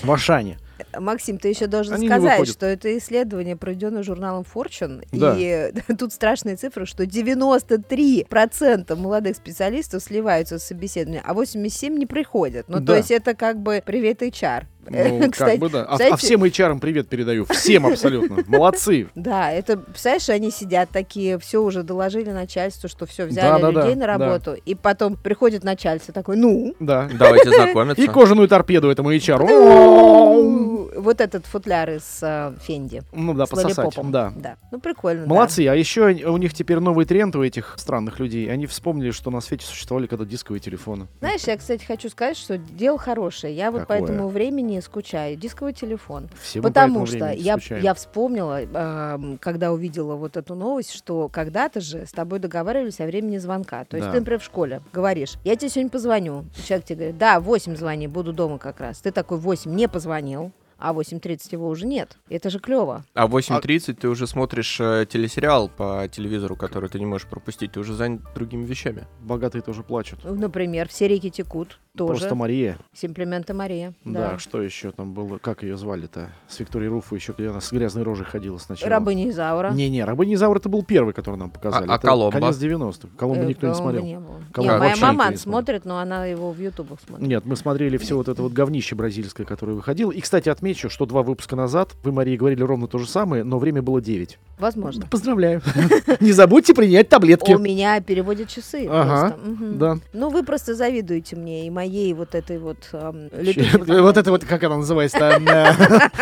Speaker 3: В Ашане.
Speaker 2: Максим, ты еще должен
Speaker 3: Они не
Speaker 2: сказать,
Speaker 3: выходят.
Speaker 2: что это исследование проведено журналом Fortune.
Speaker 3: Да.
Speaker 2: И [LAUGHS] тут страшные цифры, что 93% молодых специалистов сливаются с собеседования, а 87% не приходят. Ну, то
Speaker 3: Да.
Speaker 2: есть это как бы привет HR. [LAUGHS]
Speaker 3: Ну,
Speaker 2: Кстати,
Speaker 3: как бы да. А,
Speaker 2: кстати-
Speaker 3: а всем HR привет передаю. Всем
Speaker 2: [LAUGHS]
Speaker 3: абсолютно. Молодцы.
Speaker 2: Да, это, представляешь, они сидят такие, все уже доложили начальству, что все, взяли
Speaker 3: Да-да-да,
Speaker 2: людей на
Speaker 3: да.
Speaker 2: работу, и потом приходит начальство такое, ну,
Speaker 3: Да. [LAUGHS]
Speaker 1: Давайте знакомиться.
Speaker 3: И кожаную торпеду этому HR. О-о-о.
Speaker 2: ну, вот этот футляр из э, Фенди.
Speaker 3: Ну да,
Speaker 2: с
Speaker 3: пососать.
Speaker 2: лоллипопом.
Speaker 3: Да.
Speaker 2: Ну, прикольно. да.
Speaker 3: Молодцы, а еще они- у них теперь новый тренд у этих странных людей. Они вспомнили, что на свете существовали когда дисковые телефоны.
Speaker 2: Знаешь, я, кстати, хочу сказать, что дело хорошее. Я вот
Speaker 3: Какое?
Speaker 2: по этому времени скучаю. Дисковый телефон.
Speaker 3: Все мы по
Speaker 2: Потому
Speaker 3: этому
Speaker 2: что
Speaker 3: времени
Speaker 2: я,
Speaker 3: скучаем.
Speaker 2: я вспомнила, эм, когда увидела вот эту новость, что когда-то же с тобой договаривались о времени звонка. То есть
Speaker 3: Да.
Speaker 2: ты, например, в школе говоришь, я тебе сегодня позвоню. Человек тебе говорит, да, 8 звони, буду дома как раз. Ты такой 8 не позвонил, а 8.30 его уже нет. Это же клево.
Speaker 1: А в 8.30 ты уже смотришь э, телесериал по телевизору, который ты не можешь пропустить. Ты уже занят другими вещами.
Speaker 3: Богатые тоже плачут.
Speaker 2: Например, все реки текут тоже.
Speaker 3: Просто Мария.
Speaker 2: Симплементы Мария.
Speaker 3: Да.
Speaker 2: Да.
Speaker 3: что еще там было? Как ее звали-то? С Викторией Руфу еще, где она с грязной рожей ходила сначала.
Speaker 2: Рабыня Изаура.
Speaker 3: Не-не, Рабыни Изаура это был первый, который нам показали.
Speaker 1: А- а
Speaker 3: Это
Speaker 1: Коломбо?
Speaker 3: Конец 90-х. Коломбо
Speaker 2: Э,
Speaker 3: никто не
Speaker 2: по-моему,
Speaker 3: смотрел.
Speaker 2: не было. Не,
Speaker 3: Коломбо
Speaker 2: моя
Speaker 3: вообще никто
Speaker 2: мама
Speaker 3: не смотрел.
Speaker 2: смотрит, но она его в Ютубах смотрит.
Speaker 3: Нет, мы смотрели все вот это вот говнище бразильское, которое выходило. И, кстати, отмечу, что два выпуска назад вы, Мария, говорили ровно то же самое, но время было 9.
Speaker 2: Возможно.
Speaker 3: Поздравляю. [LAUGHS] Не забудьте принять таблетки.
Speaker 2: У меня переводят часы
Speaker 3: Ага,
Speaker 2: просто. Мгм.
Speaker 3: Да.
Speaker 2: Ну, вы просто завидуете мне и моей вот этой вот эм, любимой фантазии.
Speaker 3: [LAUGHS] Вот это вот, как она называется-то? Она-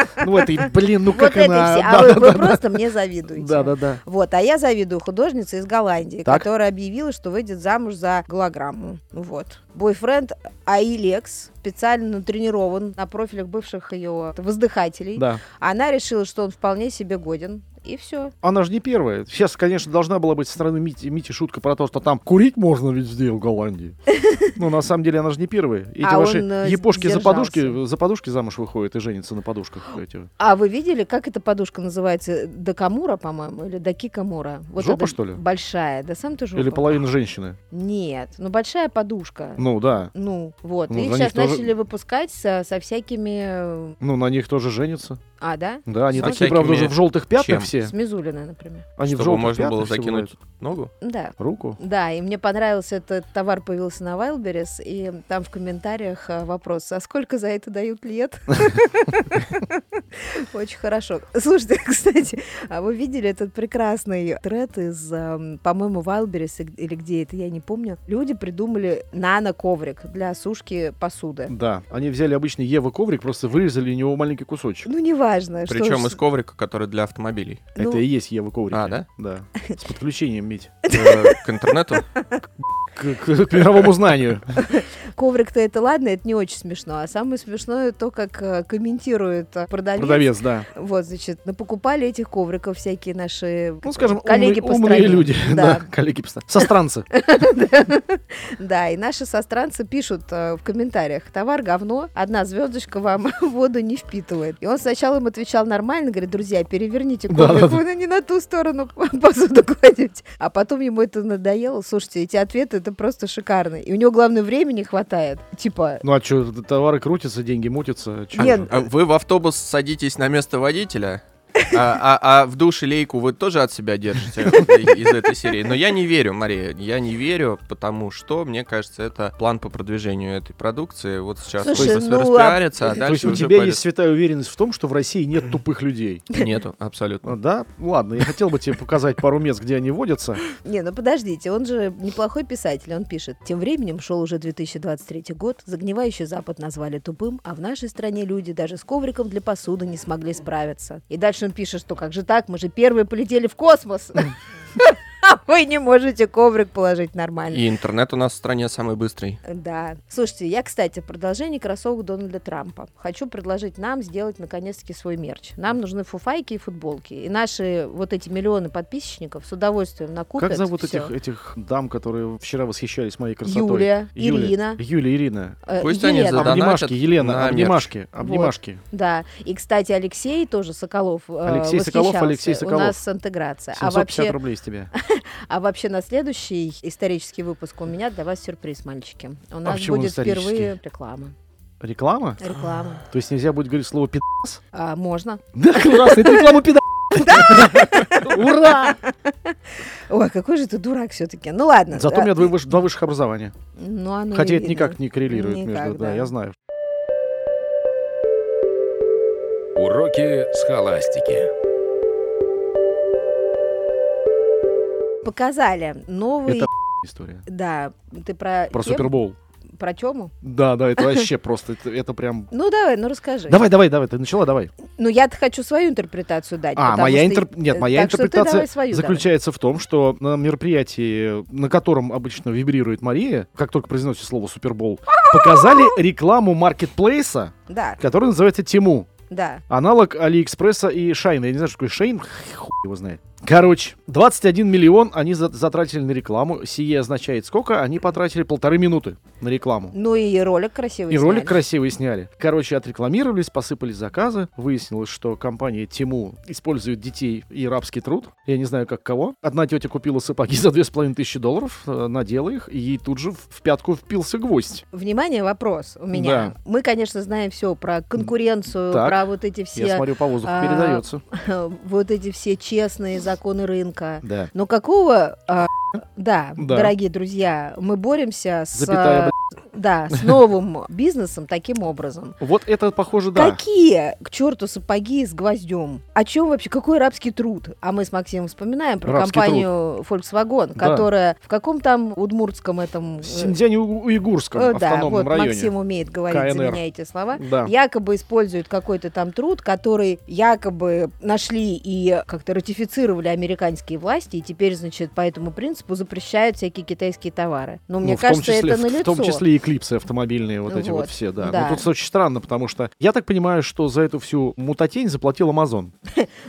Speaker 3: [LAUGHS] Ну, это, и, блин, ну
Speaker 2: Вот
Speaker 3: как
Speaker 2: этой
Speaker 3: она...
Speaker 2: все.
Speaker 3: Да,
Speaker 2: А вы-
Speaker 3: да,
Speaker 2: вы
Speaker 3: да,
Speaker 2: просто мне завидуете.
Speaker 3: Да, да, да.
Speaker 2: Вот, а я завидую художнице из Голландии,
Speaker 3: Так.
Speaker 2: которая объявила, что выйдет замуж за голограмму. Вот. Бойфренд Аилекс специально тренирован на профилях бывших ее воздыхателей.
Speaker 3: Да.
Speaker 2: Она решила, что он вполне себе годен. И все.
Speaker 3: Она же не первая. Сейчас, конечно, должна была быть со стороны Мити, Мити шутка про то, что там курить можно везде
Speaker 2: [LAUGHS]
Speaker 3: в Голландии. Но на самом деле она же не первая. Эти
Speaker 2: А
Speaker 3: ваши
Speaker 2: он, э,
Speaker 3: япошки за
Speaker 2: сдержался.
Speaker 3: подушки, за подушки замуж выходят и женятся на подушках. эти.
Speaker 2: А вы видели, как эта подушка называется? Дакамура, по-моему, или Дакикамура?
Speaker 3: Жопа,
Speaker 2: эта
Speaker 3: что ли?
Speaker 2: Большая, да сам ты жопа.
Speaker 3: Или половина женщины.
Speaker 2: Нет, ну большая подушка.
Speaker 3: Ну да.
Speaker 2: Ну, вот.
Speaker 3: Ну,
Speaker 2: и
Speaker 3: за
Speaker 2: сейчас
Speaker 3: них тоже-
Speaker 2: начали выпускать со, со всякими... э,
Speaker 3: Ну, на них тоже женятся.
Speaker 2: А, да?
Speaker 3: Да, они
Speaker 1: С
Speaker 3: такие, правда, уже
Speaker 1: всякими
Speaker 3: в желтых пятнах
Speaker 1: чем?
Speaker 3: все.
Speaker 2: С Мизулиной, например.
Speaker 3: Они в
Speaker 1: Чтобы
Speaker 3: желтых
Speaker 1: можно было
Speaker 3: пятнах все
Speaker 1: закинуть
Speaker 3: бывают.
Speaker 1: ногу.
Speaker 2: Да.
Speaker 3: руку.
Speaker 2: Да, и мне понравился этот товар появился на Wildberries, и там в комментариях э, вопрос, а сколько за это дают лет? Очень хорошо. Слушайте, [LAUGHS] кстати, а вы видели этот прекрасный тред из, эм, по-моему, Wildberries и- или где это, я не помню. Люди придумали нано-коврик для сушки посуды.
Speaker 3: Да. Они взяли обычный Ева коврик, просто вырезали у него маленький кусочек.
Speaker 2: Ну, неважно. что
Speaker 1: Причем
Speaker 2: ж-
Speaker 1: из коврика, который для автомобилей.
Speaker 2: ну,
Speaker 3: Это и есть Ева коврик.
Speaker 1: А, да?
Speaker 3: Да. С подключением, Мить.
Speaker 1: Э, К интернету.
Speaker 3: К, к- [LAUGHS] к мировому знанию.
Speaker 2: Коврик-то это ладно, это не очень смешно. А самое смешное то, как э, комментирует э,
Speaker 3: Продавец, да.
Speaker 2: Вот, значит, покупали этих ковриков всякие наши
Speaker 3: Ну, скажем,
Speaker 2: коллеги
Speaker 3: умные,
Speaker 2: по
Speaker 3: умные
Speaker 2: стране.
Speaker 3: люди. [LAUGHS] Да.
Speaker 2: Да.
Speaker 3: коллеги по стране. Состранцы.
Speaker 2: Да, и наши состранцы пишут э, в комментариях, товар говно, одна звездочка вам [LAUGHS] воду не впитывает. И он сначала им отвечал нормально, говорит, друзья, переверните
Speaker 3: Да,
Speaker 2: коврик,
Speaker 3: да, да.
Speaker 2: вы на- не на ту сторону [LAUGHS] посуду кладете. А потом ему это надоело. Слушайте, эти ответы, это просто шикарно. И у него, главное, времени хватает. Типа,
Speaker 3: Ну, а что, товары крутятся, деньги мутятся. чё?
Speaker 2: Нет.
Speaker 1: А Вы в автобус садитесь на место водителя, а, а- а в душе лейку вы тоже от себя держите [LAUGHS] из этой серии. Но я не верю, Мария, я не верю, потому что, мне кажется, это план по продвижению этой продукции. Вот сейчас
Speaker 2: Слушай,
Speaker 1: хочется
Speaker 2: ну, а-
Speaker 1: распиариться, а
Speaker 2: То
Speaker 3: То есть
Speaker 1: дальше
Speaker 3: у
Speaker 1: уже
Speaker 3: тебя
Speaker 1: пойдет.
Speaker 3: есть святая уверенность в том, что в России нет тупых людей.
Speaker 1: [LAUGHS] Нету, абсолютно.
Speaker 3: А, Да? Ладно, я хотел бы тебе показать пару мест, где
Speaker 2: [LAUGHS]
Speaker 3: они водятся.
Speaker 2: Не, ну подождите, он же неплохой писатель, он пишет. Тем временем шел уже 2023 год, загнивающий Запад назвали тупым, а в нашей стране люди даже с ковриком для посуды не смогли справиться. И дальше он пишет, что как же так, мы же первые полетели в космос. [LAUGHS] А вы не можете коврик положить нормально.
Speaker 1: И интернет у нас в стране самый быстрый.
Speaker 2: Да. Слушайте, я, кстати, в продолжении кроссовок Дональда Трампа. Хочу предложить нам сделать, наконец-таки, свой мерч. Нам нужны фуфайки и футболки. И наши вот эти миллионы подписчиков с удовольствием накупят.
Speaker 3: Как зовут
Speaker 2: всё.
Speaker 3: этих, этих дам, которые вчера восхищались моей красотой?
Speaker 2: Юлия,
Speaker 3: Юля.
Speaker 2: Ирина.
Speaker 3: Юлия, Ирина.
Speaker 2: э,
Speaker 1: Пусть они
Speaker 2: Елена.
Speaker 1: зададут. Донатят
Speaker 3: Обнимашки, Елена,
Speaker 1: на
Speaker 3: обнимашки, обнимашки.
Speaker 2: Да. И, кстати, Алексей тоже Соколов. э,
Speaker 3: Алексей Соколов,
Speaker 2: восхищался.
Speaker 3: Алексей Соколов.
Speaker 2: У нас интеграция. А
Speaker 3: 750
Speaker 2: вообще,
Speaker 3: рублей с
Speaker 2: [LAUGHS]
Speaker 3: тебя.
Speaker 2: а вообще на следующий исторический выпуск у меня для вас сюрприз, мальчики. У нас
Speaker 3: А почему
Speaker 2: будет
Speaker 3: исторический?
Speaker 2: впервые реклама.
Speaker 3: Реклама?
Speaker 2: Реклама.
Speaker 3: То есть нельзя будет говорить слово пи***?
Speaker 2: А, можно?
Speaker 3: [LAUGHS] Да, классно, это реклама пи***. [LAUGHS] Ура!
Speaker 2: Ой, какой же ты дурак все-таки. Ну ладно.
Speaker 3: Зато у меня двое выш- два высших образования.
Speaker 2: Ну, оно и
Speaker 3: Хотя это
Speaker 2: видно.
Speaker 3: никак не коррелирует
Speaker 2: Никак,
Speaker 3: между, да,
Speaker 2: да.
Speaker 3: я знаю. [LAUGHS]
Speaker 4: Уроки схоластики.
Speaker 2: Показали новый...
Speaker 3: Это История.
Speaker 2: Да, ты про...
Speaker 3: Про
Speaker 2: тем-
Speaker 3: Супербол.
Speaker 2: Про тему?
Speaker 3: Да, да, это вообще [LAUGHS] просто, это- это прям...
Speaker 2: Ну давай, ну расскажи.
Speaker 3: Давай, давай, давай, ты начала, давай.
Speaker 2: Ну, я-то хочу свою интерпретацию дать. Э,
Speaker 3: А,
Speaker 2: потому
Speaker 3: моя
Speaker 2: что- э,
Speaker 3: интер... Нет, моя
Speaker 2: так что ты
Speaker 3: интерпретация
Speaker 2: давай свою
Speaker 3: заключается в том, что на мероприятии, на котором обычно вибрирует Мария, как только произносит
Speaker 2: [LAUGHS]
Speaker 3: слово Супербол, показали рекламу маркетплейса,
Speaker 2: давай. Да,
Speaker 3: который называется Тиму.
Speaker 2: да.
Speaker 3: Аналог Алиэкспресса и Шайна. Я не знаю, что такое Шайн, [LAUGHS] хуй его знает. Короче, 21 миллион они за- затратили на рекламу. Сие означает сколько? Они потратили полторы минуты на рекламу.
Speaker 2: Ну и ролик красивый.
Speaker 3: И ролик
Speaker 2: сняли.
Speaker 3: красивый сняли. Короче, отрекламировались, посыпались заказы. Выяснилось, что компания Тиму использует детей и рабский труд. Я не знаю, как кого. Одна тетя купила сапоги [LAUGHS] за 2500 долларов, э, надела их, и ей тут же в в пятку впился гвоздь.
Speaker 2: Внимание, вопрос у меня.
Speaker 3: Да.
Speaker 2: Мы, конечно, знаем все про конкуренцию,
Speaker 3: Так.
Speaker 2: про вот эти
Speaker 3: Я
Speaker 2: все,
Speaker 3: смотрю, по воздуху
Speaker 2: а,
Speaker 3: передается.
Speaker 2: [LAUGHS] вот эти все честные законы рынка.
Speaker 3: Да.
Speaker 2: Но какого, а, да,
Speaker 3: Да.
Speaker 2: дорогие друзья, мы боремся с,
Speaker 3: Запятая,
Speaker 2: а, да, с новым [LAUGHS] бизнесом таким образом.
Speaker 3: Вот это, похоже, да.
Speaker 2: Какие, к черту, сапоги с гвоздем? О чем вообще? Какой рабский труд? А мы с Максимом вспоминаем про
Speaker 3: Рабский
Speaker 2: компанию Volkswagen,
Speaker 3: Да.
Speaker 2: которая в каком там удмуртском этом...
Speaker 3: В
Speaker 2: э,
Speaker 3: Синьцзяне-Уйгурском
Speaker 2: Э, Да,
Speaker 3: автономном
Speaker 2: вот
Speaker 3: районе.
Speaker 2: Максим умеет говорить за
Speaker 3: КНР.
Speaker 2: меня эти слова.
Speaker 3: Да.
Speaker 2: Якобы используют какой-то там труд, который якобы нашли и как-то ратифицировали американские власти, и теперь, значит, по этому принципу запрещают всякие китайские товары. Но мне
Speaker 3: Ну, в том
Speaker 2: кажется,
Speaker 3: числе-
Speaker 2: это
Speaker 3: в-
Speaker 2: налицо.
Speaker 3: В том числе и клипсы автомобильные, вот эти вот
Speaker 2: Вот,
Speaker 3: все, да.
Speaker 2: да.
Speaker 3: Ну, тут очень странно, потому что я так понимаю, что за эту всю мутатень заплатил Амазон.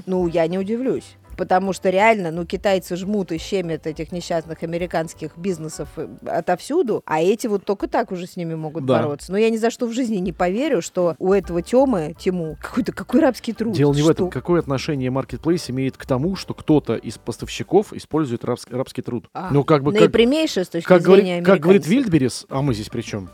Speaker 2: Ну, я не удивлюсь. Потому что реально, ну, китайцы жмут и щемят этих несчастных американских бизнесов э, отовсюду, а эти вот только так уже с ними могут
Speaker 3: Да.
Speaker 2: бороться. Но я ни за что в жизни не поверю, что у этого Тёмы, Тиму, какой-то какой рабский труд.
Speaker 3: Дело не в
Speaker 2: Ну, Что?
Speaker 3: этом. Какое отношение маркетплейс имеет к тому, что кто-то из поставщиков использует рабс- рабский труд?
Speaker 2: А,
Speaker 3: ну, как бы, как,
Speaker 2: Наипрямейшее с точки
Speaker 3: как
Speaker 2: зрения
Speaker 3: говорит, как говорит
Speaker 2: американцев. [LAUGHS]
Speaker 3: Вильдберрис, а мы здесь при чем?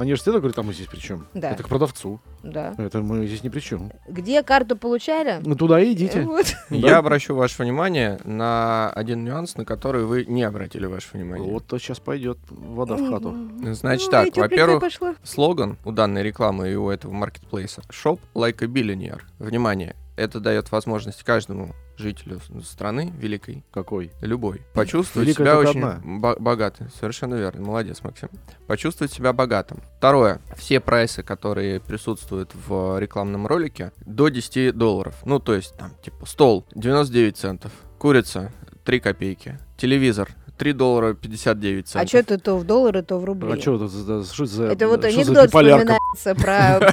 Speaker 3: Они же всегда говорят, а мы здесь при чем?
Speaker 2: Да.
Speaker 3: Это к продавцу.
Speaker 2: Да.
Speaker 3: Это мы здесь ни при чем.
Speaker 2: Где карту получали?
Speaker 3: Ну туда и идите.
Speaker 2: Вот.
Speaker 1: Я обращу ваше внимание на один нюанс, на который вы не обратили ваше внимание.
Speaker 3: Вот сейчас пойдет вода в хату.
Speaker 1: Значит
Speaker 2: Ну,
Speaker 1: так,
Speaker 2: видите, прикольно
Speaker 1: во-первых,
Speaker 2: пошло.
Speaker 1: Слоган у данной рекламы и у этого маркетплейса «Shop like a billionaire». Внимание, это дает возможность каждому жителю с- страны великой,
Speaker 3: Какой?
Speaker 1: любой, почувствовать
Speaker 3: Великая
Speaker 1: себя
Speaker 3: только
Speaker 1: очень бо- богатым. Совершенно верно, молодец, Максим. Почувствовать себя богатым. Второе, все прайсы, которые присутствуют в рекламном ролике, до 10 долларов. Ну, то есть, там, типа, стол 99 центов, курица 3 копейки, телевизор 3 доллара 59
Speaker 2: А
Speaker 1: центов.
Speaker 2: что это то в доллары, то в рубли?
Speaker 3: А что это за... за- что за
Speaker 2: Это вот
Speaker 3: что за
Speaker 2: анекдот
Speaker 3: биполярка?
Speaker 2: вспоминается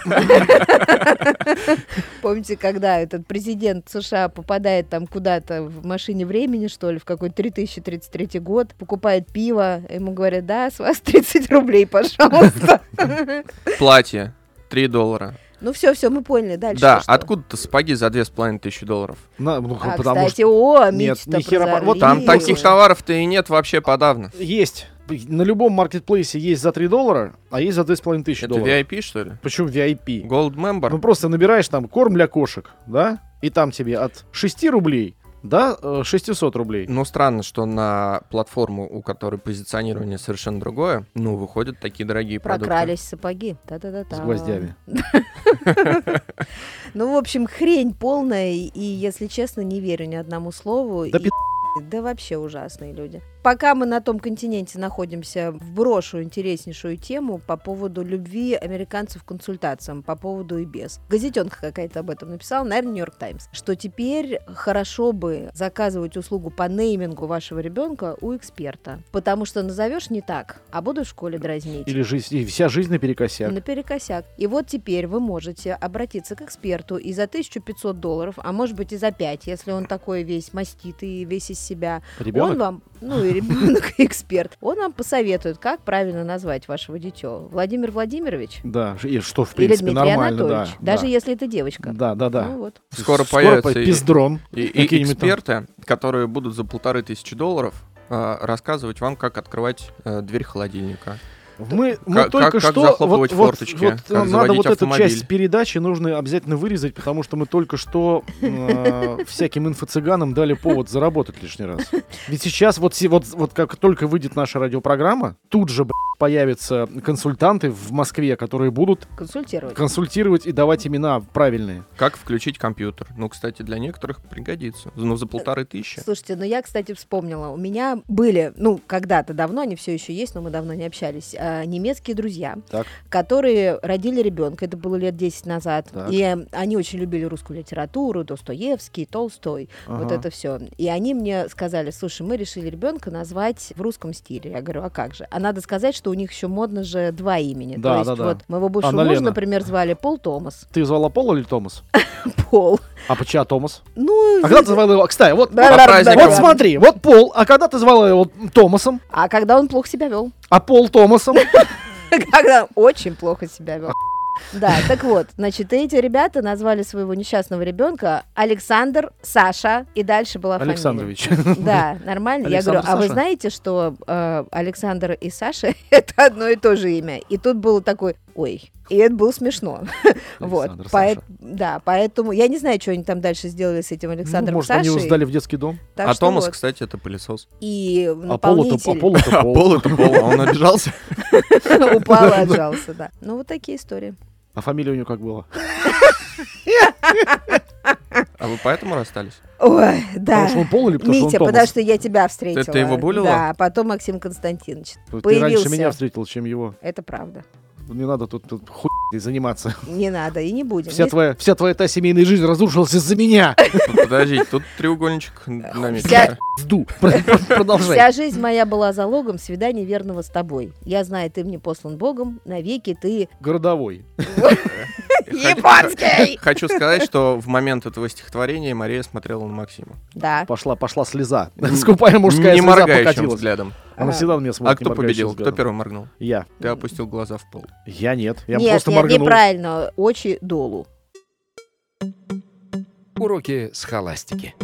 Speaker 3: [LAUGHS]
Speaker 2: про... Помните, когда этот президент США попадает там куда-то в машине времени, что ли, в какой-то 3033 год, покупает пиво, ему говорят, да, с вас 30 рублей,
Speaker 3: [LAUGHS]
Speaker 2: пожалуйста.
Speaker 1: Платье 3 доллара.
Speaker 2: Ну все, все, мы поняли. Дальше
Speaker 1: Да,
Speaker 2: что?
Speaker 1: откуда-то сапоги за 2500 долларов?
Speaker 3: На- ну,
Speaker 2: А,
Speaker 3: потому
Speaker 2: кстати,
Speaker 3: что
Speaker 2: о,
Speaker 3: Нет,
Speaker 2: Митя-то
Speaker 3: ни хера по- вот
Speaker 1: Там
Speaker 3: И-
Speaker 1: таких
Speaker 2: прозорлив.
Speaker 1: товаров-то и нет вообще подавно.
Speaker 3: есть. На любом маркетплейсе есть за 3 доллара, а есть за 2,5 тысячи
Speaker 1: Это
Speaker 3: долларов.
Speaker 1: VIP, что ли?
Speaker 3: Причем VIP.
Speaker 1: Gold member?
Speaker 3: Ну просто набираешь там корм для кошек, да? И там тебе от 6 рублей до э, 600 рублей.
Speaker 1: Ну, странно, что на платформу, у которой позиционирование совершенно другое, ну, выходят такие дорогие
Speaker 2: Прокрались сапоги. Та-та-та-та.
Speaker 3: С гвоздями.
Speaker 2: Ну, в общем, хрень полная, и, если честно, не верю ни одному слову.
Speaker 3: Да
Speaker 2: И- Да вообще ужасные люди. Пока мы на том континенте находимся, вброшу интереснейшую тему по поводу любви американцев к консультациям, по поводу и без. Газетенка какая-то об этом написала, наверное, Нью-Йорк Таймс, что теперь хорошо бы заказывать услугу по неймингу вашего ребенка у эксперта, потому что назовешь не так, а буду в школе дразнить.
Speaker 3: Или жизнь, и вся жизнь наперекосяк.
Speaker 2: Наперекосяк. И вот теперь вы можете обратиться к эксперту и за 1500 долларов, а может быть и за 5, если он такой весь маститый, весь из себя. Он
Speaker 3: Ребенок?
Speaker 2: вам, ну и ребенок, и [LAUGHS] эксперт, он вам посоветует, как правильно назвать вашего дитё. Владимир Владимирович
Speaker 3: Да, и что в
Speaker 2: или
Speaker 3: принципе
Speaker 2: Дмитрий
Speaker 3: нормально, да.
Speaker 2: Анатольевич, даже
Speaker 3: да.
Speaker 2: если это девочка.
Speaker 3: Да, да, да.
Speaker 2: Ну вот.
Speaker 1: Скоро появится
Speaker 3: по-
Speaker 1: и-
Speaker 3: пиздрон.
Speaker 1: И, и
Speaker 3: Какие-нибудь там-
Speaker 1: эксперты, которые будут за полторы тысячи долларов а, рассказывать вам, как открывать э, дверь холодильника.
Speaker 3: Мы, мы
Speaker 1: как-
Speaker 3: только
Speaker 1: как
Speaker 3: что...
Speaker 1: захлопывать
Speaker 3: вот- вот-
Speaker 1: форточки,
Speaker 3: вот,
Speaker 1: как
Speaker 3: э, надо
Speaker 1: заводить
Speaker 3: вот эту
Speaker 1: автомобиль.
Speaker 3: часть передачи нужно обязательно вырезать, потому что мы только что э, всяким инфо-цыганам дали повод заработать лишний раз. Ведь сейчас вот, се- вот, вот как только выйдет наша радиопрограмма, тут же, блядь, появятся консультанты в Москве, которые будут
Speaker 2: Консультировать.
Speaker 3: консультировать и давать имена правильные.
Speaker 1: Как включить компьютер? Ну, кстати, для некоторых пригодится. Ну, за полторы тысячи.
Speaker 2: Слушайте, ну я, кстати, вспомнила. У меня были, ну, когда-то давно, они все еще есть, но мы давно не общались, э, немецкие друзья,
Speaker 3: Так.
Speaker 2: которые родили ребенка. Это было лет 10 назад.
Speaker 3: Так.
Speaker 2: И э, они очень любили русскую литературу, Достоевский, Толстой, вот
Speaker 3: Ага.
Speaker 2: это все. И они мне сказали, слушай, мы решили ребенка назвать в русском стиле. Я говорю, а как же? А надо сказать, что у них еще модно же два имени.
Speaker 3: Да,
Speaker 2: То есть
Speaker 3: да, да.
Speaker 2: вот моего бывшего
Speaker 3: Анна
Speaker 2: мужа,
Speaker 3: Лена.
Speaker 2: например, звали Пол Томас.
Speaker 3: Ты звала Пола
Speaker 2: [LAUGHS]
Speaker 3: или Томас?
Speaker 2: Пол.
Speaker 3: [LAUGHS] А почему Томас?
Speaker 2: Ну,
Speaker 3: А когда ты звала его... Кстати, вот...
Speaker 2: да,
Speaker 1: по
Speaker 2: да, да,
Speaker 1: праздникам.
Speaker 2: да.
Speaker 3: Вот смотри, вот Пол, а когда ты звала его Томасом,
Speaker 2: А когда он плохо себя вел?
Speaker 3: а Пол Томасом,
Speaker 2: [LAUGHS] когда очень плохо себя вел. [LAUGHS] Да, так вот, значит, эти ребята назвали своего несчастного ребенка Александр, Саша, и дальше была фамилия.
Speaker 3: Александрович. [LAUGHS]
Speaker 2: Да, нормально. Я
Speaker 3: Александр,
Speaker 2: говорю, а вы
Speaker 3: Саша?
Speaker 2: знаете, что э, Александр и Саша [LAUGHS] это одно и то же имя? И тут было такой, ой, и это было смешно. [LAUGHS] Вот,
Speaker 3: Александр,
Speaker 2: поэт-
Speaker 3: Саша.
Speaker 2: да, поэтому я не знаю, что они там дальше сделали с этим Александром
Speaker 3: Ну, может,
Speaker 2: Сашей.
Speaker 3: они его сдали в детский дом?
Speaker 2: так
Speaker 1: а
Speaker 2: что
Speaker 1: Томас,
Speaker 2: вот.
Speaker 1: кстати, это пылесос.
Speaker 2: и
Speaker 3: А Пол-то
Speaker 2: наполнитель
Speaker 3: а Пол.
Speaker 1: Пол это пол, [LAUGHS] а он обижался.
Speaker 2: [LAUGHS]
Speaker 3: [LAUGHS]
Speaker 2: упал и отжался, да. Ну вот такие истории.
Speaker 3: А фамилия у него как была?
Speaker 1: А вы поэтому расстались?
Speaker 2: Ой, да.
Speaker 3: Потому что он Пол или потому что он
Speaker 2: Митя,
Speaker 3: Томас?
Speaker 2: потому что я тебя встретила.
Speaker 1: Ты- ты его булила?
Speaker 2: Да, а потом Максим Константинович.
Speaker 3: Ты
Speaker 2: появился.
Speaker 3: раньше меня встретил, чем его.
Speaker 2: Это правда.
Speaker 3: Не надо тут, тут хуй [LAUGHS] заниматься.
Speaker 2: Не надо и не будем.
Speaker 3: Вся
Speaker 2: Есть-
Speaker 3: твоя, вся твоя та семейная жизнь разрушилась из-за меня. [LAUGHS]
Speaker 1: Подождите, тут треугольничек намечен.
Speaker 2: Вся-
Speaker 3: Сду. Про- про- Продолжай.
Speaker 2: Вся жизнь моя была залогом свидания верного с тобой. Я знаю, ты мне послан Богом, навеки
Speaker 3: [LAUGHS]
Speaker 2: ты...
Speaker 3: Городовой.
Speaker 2: Японский!
Speaker 1: Хочу сказать, что в момент этого стихотворения Мария смотрела на Максима.
Speaker 2: Да.
Speaker 3: Пошла, пошла слеза. [LAUGHS] Скупая мужская
Speaker 1: не
Speaker 3: слеза
Speaker 1: моргающим
Speaker 3: покатилась.
Speaker 1: взглядом.
Speaker 3: Она всегда на меня
Speaker 1: А
Speaker 3: смотрит.
Speaker 1: кто
Speaker 3: неморгающим
Speaker 1: победил? Кто
Speaker 3: взглядом.
Speaker 1: первый моргнул?
Speaker 3: Я.
Speaker 1: Ты опустил глаза в пол.
Speaker 3: Я нет. Я
Speaker 2: Нет,
Speaker 3: просто
Speaker 2: нет,
Speaker 3: моргнул.
Speaker 2: неправильно. Очи долу.
Speaker 4: Уроки схоластики.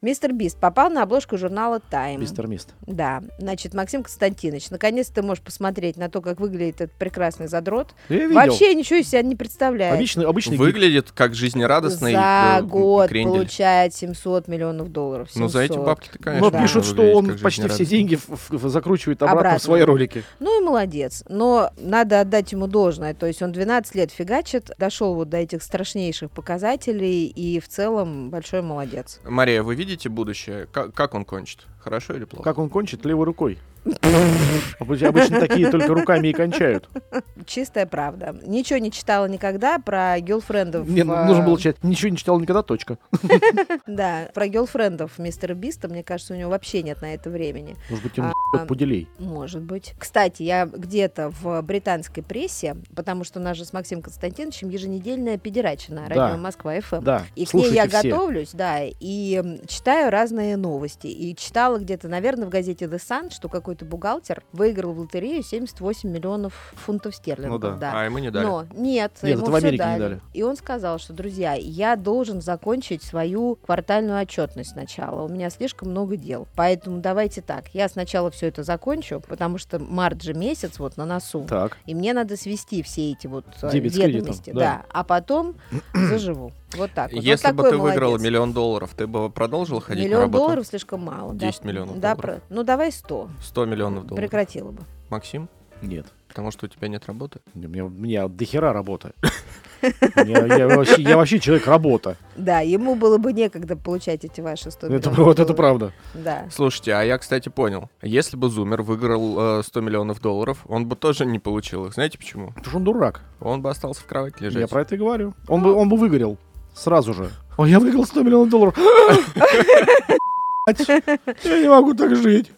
Speaker 2: Мистер Бист попал на обложку журнала Time.
Speaker 3: Мистер Мист.
Speaker 2: Да. Значит, Максим Константинович, наконец ты можешь посмотреть на то, как выглядит этот прекрасный задрот.
Speaker 3: Я видел.
Speaker 2: Вообще ничего из себя не представляет.
Speaker 3: Обычный, обычный гик.
Speaker 1: Выглядит как жизнерадостный
Speaker 2: за
Speaker 1: э,
Speaker 2: год
Speaker 1: крендель.
Speaker 2: получает 700 миллионов долларов.
Speaker 1: Ну, за эти
Speaker 2: 700.
Speaker 1: бабки-то, конечно.
Speaker 3: Но
Speaker 2: Да.
Speaker 3: пишут, что
Speaker 1: выглядит
Speaker 3: он
Speaker 1: как
Speaker 3: почти все
Speaker 1: жизнерадостный.
Speaker 3: деньги в- в- в- закручивает обратно,
Speaker 2: Обратно.
Speaker 3: в свои ролики.
Speaker 2: Ну и молодец. Но надо отдать ему должное. То есть он 12 лет фигачит, дошел вот до этих страшнейших показателей и в целом большой молодец.
Speaker 1: Мария, вы видите будущее? Как, как он кончит? Хорошо или плохо?
Speaker 3: Как он кончит? Левой рукой. Обы- Обычно такие только руками и кончают.
Speaker 2: Чистая правда. Ничего не читала никогда про гелфрендов.
Speaker 3: Мне
Speaker 2: а,
Speaker 3: нужно было читать. Ничего не читал никогда, точка.
Speaker 2: Да, про гелфрендов мистера Биста, мне кажется, у него вообще нет на это времени.
Speaker 3: Может быть, ему
Speaker 2: А,
Speaker 3: ебет пуделей.
Speaker 2: Может быть. Кстати, я где-то в британской прессе, потому что у нас же с Максимом Константиновичем еженедельная педерачина
Speaker 3: Да.
Speaker 2: радио Эм. Москва-ФМ.
Speaker 3: Да,
Speaker 2: И к ней
Speaker 3: слушайте
Speaker 2: я
Speaker 3: все.
Speaker 2: готовлюсь, да, и м, читаю разные новости. И читала где-то, наверное, в газете The Sun, что какой-то бухгалтер выиграл в лотерею 78 миллионов фунтов стерлингов.
Speaker 3: Ну да.
Speaker 1: А ему не дали.
Speaker 2: Но нет,
Speaker 3: Нет,
Speaker 2: ему
Speaker 3: это в
Speaker 2: всё
Speaker 3: Америке не
Speaker 2: дали.
Speaker 3: дали.
Speaker 2: И он сказал, что, друзья, я должен закончить свою квартальную отчетность сначала. У меня слишком много дел. Поэтому давайте так. Я сначала все это закончу, потому что март же месяц вот на носу.
Speaker 3: Так.
Speaker 2: И мне надо свести все эти вот э,
Speaker 3: Дебет с кредитом,
Speaker 2: ведомости.
Speaker 3: да.
Speaker 2: да. А потом [CLEARS THROAT] заживу. Вот так
Speaker 3: ну,
Speaker 2: вот. Вот
Speaker 1: Если бы
Speaker 2: такой
Speaker 1: ты выиграла
Speaker 2: молодец.
Speaker 1: миллион долларов, ты бы продолжил ходить на
Speaker 2: Миллион
Speaker 1: работу?
Speaker 2: долларов слишком мало. да.
Speaker 1: 10 миллионов
Speaker 2: Да,
Speaker 1: долларов.
Speaker 2: про- ну давай 100.
Speaker 1: 100 миллионов долларов.
Speaker 2: Прекратила бы.
Speaker 1: Максим,
Speaker 3: Нет.
Speaker 1: потому что у тебя нет работы.
Speaker 3: У меня, у меня дохера работа. [LAUGHS] У меня- Я, вообще, я вообще человек работа.
Speaker 2: Да, ему было бы некогда получать эти ваши 100
Speaker 3: Это,
Speaker 2: миллионов
Speaker 3: вот это
Speaker 2: долларов.
Speaker 3: правда.
Speaker 2: Да.
Speaker 1: Слушайте, а я, кстати, понял. Если бы Зумер выиграл э, 100 миллионов долларов, он бы тоже не получил их. Знаете почему?
Speaker 3: Потому что он дурак.
Speaker 1: Он бы остался в кровати лежать.
Speaker 3: Я про это и говорю. Он бы, он бы выгорел сразу [LAUGHS] же. О, я выиграл 100 миллионов долларов. [LAUGHS] Я не могу так жить.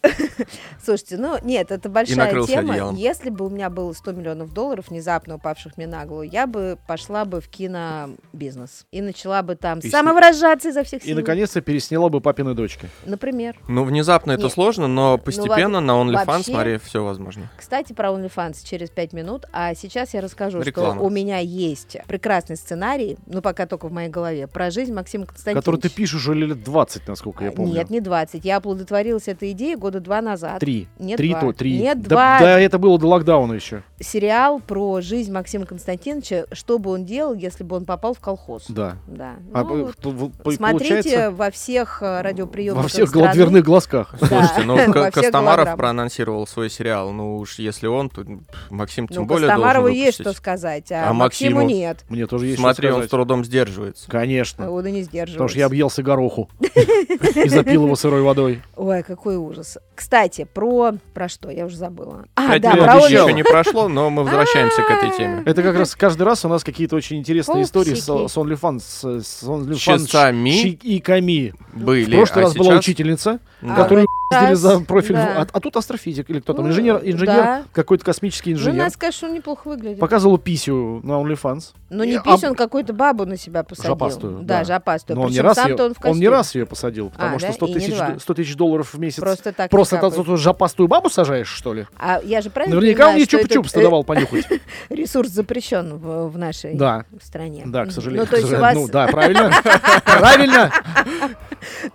Speaker 2: Слушайте, ну нет, это большая
Speaker 1: накрылся
Speaker 2: тема.
Speaker 1: одеялом.
Speaker 2: Если бы у меня было 100 миллионов долларов, внезапно упавших мне на голову, я бы пошла бы в кинобизнес. И начала бы там
Speaker 1: И с-
Speaker 2: самовыражаться изо всех сил.
Speaker 3: И наконец-то пересняла бы папины дочки.
Speaker 2: Например.
Speaker 1: Ну, внезапно это
Speaker 2: Нет. Ну,
Speaker 1: сложно, но постепенно на OnlyFans,
Speaker 2: вообще-
Speaker 1: смотри, все
Speaker 2: [LAUGHS]
Speaker 1: возможно.
Speaker 2: Кстати, про OnlyFans через 5 минут, а сейчас я расскажу,
Speaker 1: Реклама.
Speaker 2: что у меня есть прекрасный сценарий, ну пока только в моей голове, про жизнь Максима Константиновича.
Speaker 3: Который ты пишешь уже лет 20, насколько я помню.
Speaker 2: Нет, не 20. Я оплодотворилась этой идеей года два назад.
Speaker 3: Три.
Speaker 2: Нет,
Speaker 3: три,
Speaker 2: два.
Speaker 3: то три.
Speaker 2: Нет,
Speaker 3: да,
Speaker 2: два.
Speaker 3: да, это было до локдауна еще.
Speaker 2: Сериал про жизнь Максима Константиновича, что бы он делал, если бы он попал в колхоз.
Speaker 3: Да.
Speaker 2: Да.
Speaker 3: А,
Speaker 2: Ну,
Speaker 3: э, то, в- по-
Speaker 2: Смотрите
Speaker 3: получается,
Speaker 2: во всех э, радиоприемниках
Speaker 3: во всех
Speaker 2: страны.
Speaker 3: голодверных глазках.
Speaker 2: Да.
Speaker 1: Слушайте, ну,
Speaker 2: [LAUGHS] Во
Speaker 1: Ко-
Speaker 2: всех
Speaker 1: Костомаров
Speaker 2: голограммах.
Speaker 1: проанонсировал свой сериал. Ну уж если он, то пф, Максим тем
Speaker 2: Ну,
Speaker 1: более
Speaker 2: Костомарову
Speaker 1: должен
Speaker 2: есть что
Speaker 1: выпустить.
Speaker 2: сказать, а,
Speaker 1: А
Speaker 2: Максиму,
Speaker 1: Максиму?
Speaker 2: нет.
Speaker 3: Мне тоже есть
Speaker 1: Смотри,
Speaker 3: что
Speaker 1: он с
Speaker 3: сказать.
Speaker 1: трудом сдерживается.
Speaker 2: [LAUGHS]
Speaker 3: Конечно.
Speaker 2: Он и не сдерживается.
Speaker 3: Потому что я объелся гороху
Speaker 2: [LAUGHS]
Speaker 3: и запил его сырой водой.
Speaker 2: Ой, какой ужас. Кстати, про... Про что? Я уже забыла. А,
Speaker 1: Пять
Speaker 2: да,
Speaker 1: минут
Speaker 2: про
Speaker 3: обещал.
Speaker 1: еще
Speaker 2: Оливера.
Speaker 1: не прошло, но мы возвращаемся к этой
Speaker 2: [LAUGHS]
Speaker 1: теме.
Speaker 3: Это как раз каждый раз у нас какие-то очень интересные истории с,
Speaker 2: Пупсики.
Speaker 3: с OnlyFans. с- С OnlyFans
Speaker 1: Часами
Speaker 3: щи- и коми. В
Speaker 1: были,
Speaker 3: прошлый
Speaker 1: а
Speaker 3: раз была
Speaker 1: сейчас-
Speaker 3: учительница,
Speaker 1: Да.
Speaker 3: которую
Speaker 2: Раз,
Speaker 3: ездили за профиль. в-
Speaker 2: А, ну, да.
Speaker 3: А, а тут астрофизик или кто там,
Speaker 2: Ну,
Speaker 3: инженер, инженер
Speaker 2: да.
Speaker 3: какой-то космический
Speaker 2: Ну, у
Speaker 3: инженер.
Speaker 2: нас, конечно, он неплохо выглядит.
Speaker 3: Показывал писю на OnlyFans.
Speaker 2: Но
Speaker 3: И
Speaker 2: не
Speaker 3: об-
Speaker 2: пись, он какую-то бабу на себя посадил.
Speaker 3: а Жопастую,
Speaker 2: Да,
Speaker 3: да.
Speaker 2: жопастую.
Speaker 3: Но он не,
Speaker 2: Причем
Speaker 3: раз
Speaker 2: сам-то
Speaker 3: ее,
Speaker 2: он в
Speaker 3: он не
Speaker 2: костюме.
Speaker 3: раз ее посадил, потому
Speaker 2: А,
Speaker 3: что
Speaker 2: да?
Speaker 3: 100
Speaker 2: И не
Speaker 3: тысяч,
Speaker 2: два.
Speaker 3: д- 100 тысяч долларов в месяц.
Speaker 2: Просто так
Speaker 3: Просто
Speaker 2: не
Speaker 3: та-
Speaker 2: капает.
Speaker 3: тут жопастую бабу сажаешь, что ли?
Speaker 2: А я же правильно
Speaker 3: Наверняка он
Speaker 2: понимаю,
Speaker 3: мне
Speaker 2: что этот,
Speaker 3: чуп-чупс
Speaker 2: э,
Speaker 3: давал
Speaker 2: [LAUGHS]
Speaker 3: понюхать.
Speaker 2: Ресурс запрещен в, в нашей
Speaker 3: Да,
Speaker 2: стране.
Speaker 3: да, к сожалению.
Speaker 2: Ну, то есть, у
Speaker 3: К сожалению.
Speaker 2: вас,
Speaker 3: Ну, да, правильно. [LAUGHS] Правильно.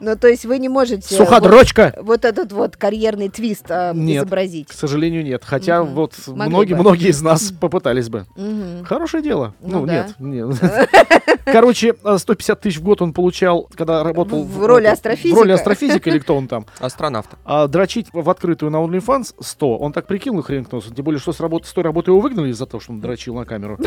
Speaker 2: ну, то есть вы не можете вот-
Speaker 3: Суходрочка.
Speaker 2: вот, этот вот карьерный твист э,
Speaker 3: Нет.
Speaker 2: изобразить.
Speaker 3: К сожалению, нет. Хотя
Speaker 2: Мгм.
Speaker 3: вот
Speaker 2: Могли
Speaker 3: многие,
Speaker 2: бы.
Speaker 3: многие из нас попытались бы.
Speaker 2: Мгм.
Speaker 3: Хорошее дело.
Speaker 2: Ну
Speaker 3: Ну,
Speaker 2: да.
Speaker 3: нет,
Speaker 2: [LAUGHS]
Speaker 3: нет. Короче, э, 150 тысяч в год он получал, когда работал...
Speaker 2: В- в роли астрофизика.
Speaker 3: В роли астрофизика или кто он там.
Speaker 1: Астронавта.
Speaker 3: А дрочить в открытую на OnlyFans 100. Он так прикинул хрен к носу. Тем более, что с, работы, с той работы его выгнали за то, что он дрочил
Speaker 2: [LAUGHS]
Speaker 3: на камеру.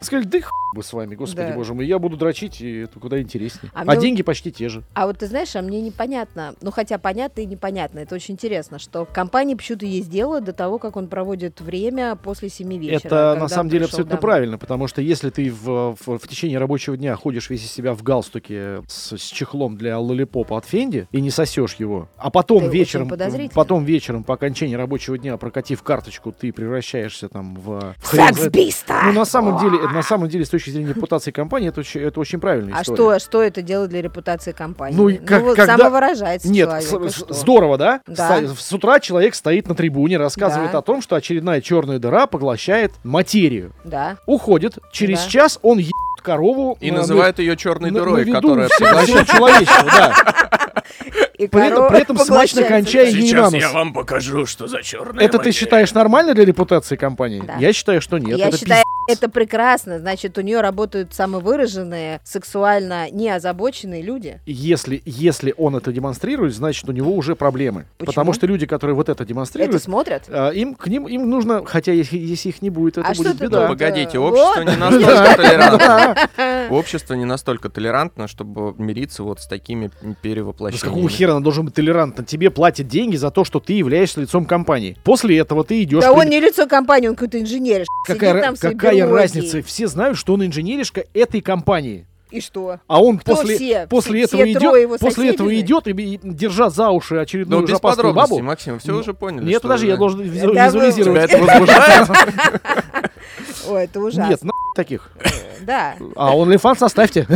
Speaker 3: Сказали, да и хуй бы с вами, господи
Speaker 2: Да.
Speaker 3: боже мой. Я буду дрочить, и это куда интереснее.
Speaker 2: А
Speaker 3: А,
Speaker 2: мне вот-
Speaker 3: деньги почти те же.
Speaker 2: А вот ты знаешь, а мне непонятно, ну хотя понятно и непонятно, это очень интересно, что компании почему-то есть дело до того, как он проводит время после семи вечера.
Speaker 3: это
Speaker 2: когда
Speaker 3: на
Speaker 2: он
Speaker 3: самом деле
Speaker 2: пришел
Speaker 3: абсолютно
Speaker 2: домой.
Speaker 3: правильно, потому что если ты в, в- в течение рабочего дня ходишь весь из себя в галстуке с, с чехлом для лолипопа от Фенди и не сосешь его, а
Speaker 2: Ты
Speaker 3: потом
Speaker 2: очень
Speaker 3: вечером,
Speaker 2: подозрительно.
Speaker 3: потом вечером по окончании рабочего дня, прокатив карточку, ты превращаешься там в
Speaker 2: В
Speaker 3: хрен
Speaker 2: секс
Speaker 3: знает-
Speaker 2: биста!
Speaker 3: Ну, на самом деле, на самом деле, с точки зрения репутации компании, это очень, это очень правильная
Speaker 2: А что,
Speaker 3: история.
Speaker 2: что это делает для репутации компании?
Speaker 3: Ну и как-
Speaker 2: вот
Speaker 3: когда-
Speaker 2: самовыражается
Speaker 3: Нет,
Speaker 2: человек,
Speaker 3: с-
Speaker 2: и
Speaker 3: с-
Speaker 2: что?
Speaker 3: здорово, да?
Speaker 2: Да.
Speaker 3: Ста- С утра человек стоит на трибуне, рассказывает
Speaker 2: Да.
Speaker 3: о том, что очередная черная дыра поглощает материю.
Speaker 2: Да.
Speaker 3: Уходит, через
Speaker 2: Да.
Speaker 3: час он ебет корову...
Speaker 1: И
Speaker 3: на- на-
Speaker 1: называют ее черной
Speaker 3: Ну, на-
Speaker 1: дырой,
Speaker 3: на виду [LAUGHS]
Speaker 1: которая
Speaker 3: всего-
Speaker 1: поглощает-
Speaker 3: всего человечества, [LAUGHS] да.
Speaker 2: И
Speaker 3: При этом-
Speaker 2: корова
Speaker 3: при этом смачно
Speaker 2: поглощается.
Speaker 3: кончая ей на нос.
Speaker 1: вам покажу, что за черная
Speaker 3: Это ты считаешь нормально для репутации компании?
Speaker 2: Да.
Speaker 3: Я считаю, что нет.
Speaker 2: Я
Speaker 3: это
Speaker 2: считаю, это прекрасно. Значит, у нее работают самовыраженные, сексуально неозабоченные люди.
Speaker 3: Если, если он это демонстрирует, значит, у него уже проблемы.
Speaker 2: Почему?
Speaker 3: Потому что люди, которые вот это
Speaker 2: Это
Speaker 3: демонстрируют, [LAUGHS]
Speaker 2: смотрят.
Speaker 3: а, им, к ним им нужно, хотя если, если их не будет, это
Speaker 2: А что
Speaker 3: будет
Speaker 2: ты
Speaker 3: беда.
Speaker 2: думаешь?
Speaker 1: Погодите,
Speaker 2: Вот.
Speaker 1: общество не настолько
Speaker 3: Да.
Speaker 1: толерантно.
Speaker 3: Да.
Speaker 1: Общество не настолько толерантно, чтобы мириться вот с такими
Speaker 3: Да С какого
Speaker 1: перевоплощениями.
Speaker 3: хера он должен быть толерантно? Тебе платят деньги за то, что ты являешься лицом компании. После этого ты идешь...
Speaker 2: Да он не лицо компании, он какой-то инженер.
Speaker 3: Какая,
Speaker 2: сидит
Speaker 3: ра-
Speaker 2: там в своей
Speaker 3: какая
Speaker 2: берлоге.
Speaker 3: разница? Все знают, что он инженеришка этой компании.
Speaker 2: И что?
Speaker 3: А он
Speaker 2: Кто
Speaker 3: после,
Speaker 2: все?
Speaker 3: после
Speaker 2: Все-
Speaker 3: этого
Speaker 2: все
Speaker 3: идет,
Speaker 2: трое его
Speaker 3: после
Speaker 2: соседей,
Speaker 3: этого
Speaker 2: значит?
Speaker 3: идет и, и держа за уши очередную
Speaker 1: Ну, без
Speaker 3: жопастую
Speaker 1: подробностей,
Speaker 3: бабу.
Speaker 1: Максим, все
Speaker 3: Ну,
Speaker 1: уже поняли.
Speaker 3: Нет,
Speaker 1: что
Speaker 3: подожди, я
Speaker 1: вы-
Speaker 3: должен визу-
Speaker 2: Да вы-
Speaker 1: Тебя
Speaker 3: визуализировать.
Speaker 1: это возбуждает?
Speaker 2: Ой, это ужасно.
Speaker 3: [LAUGHS] Нет, на таких.
Speaker 2: Да.
Speaker 3: А OnlyFans оставьте.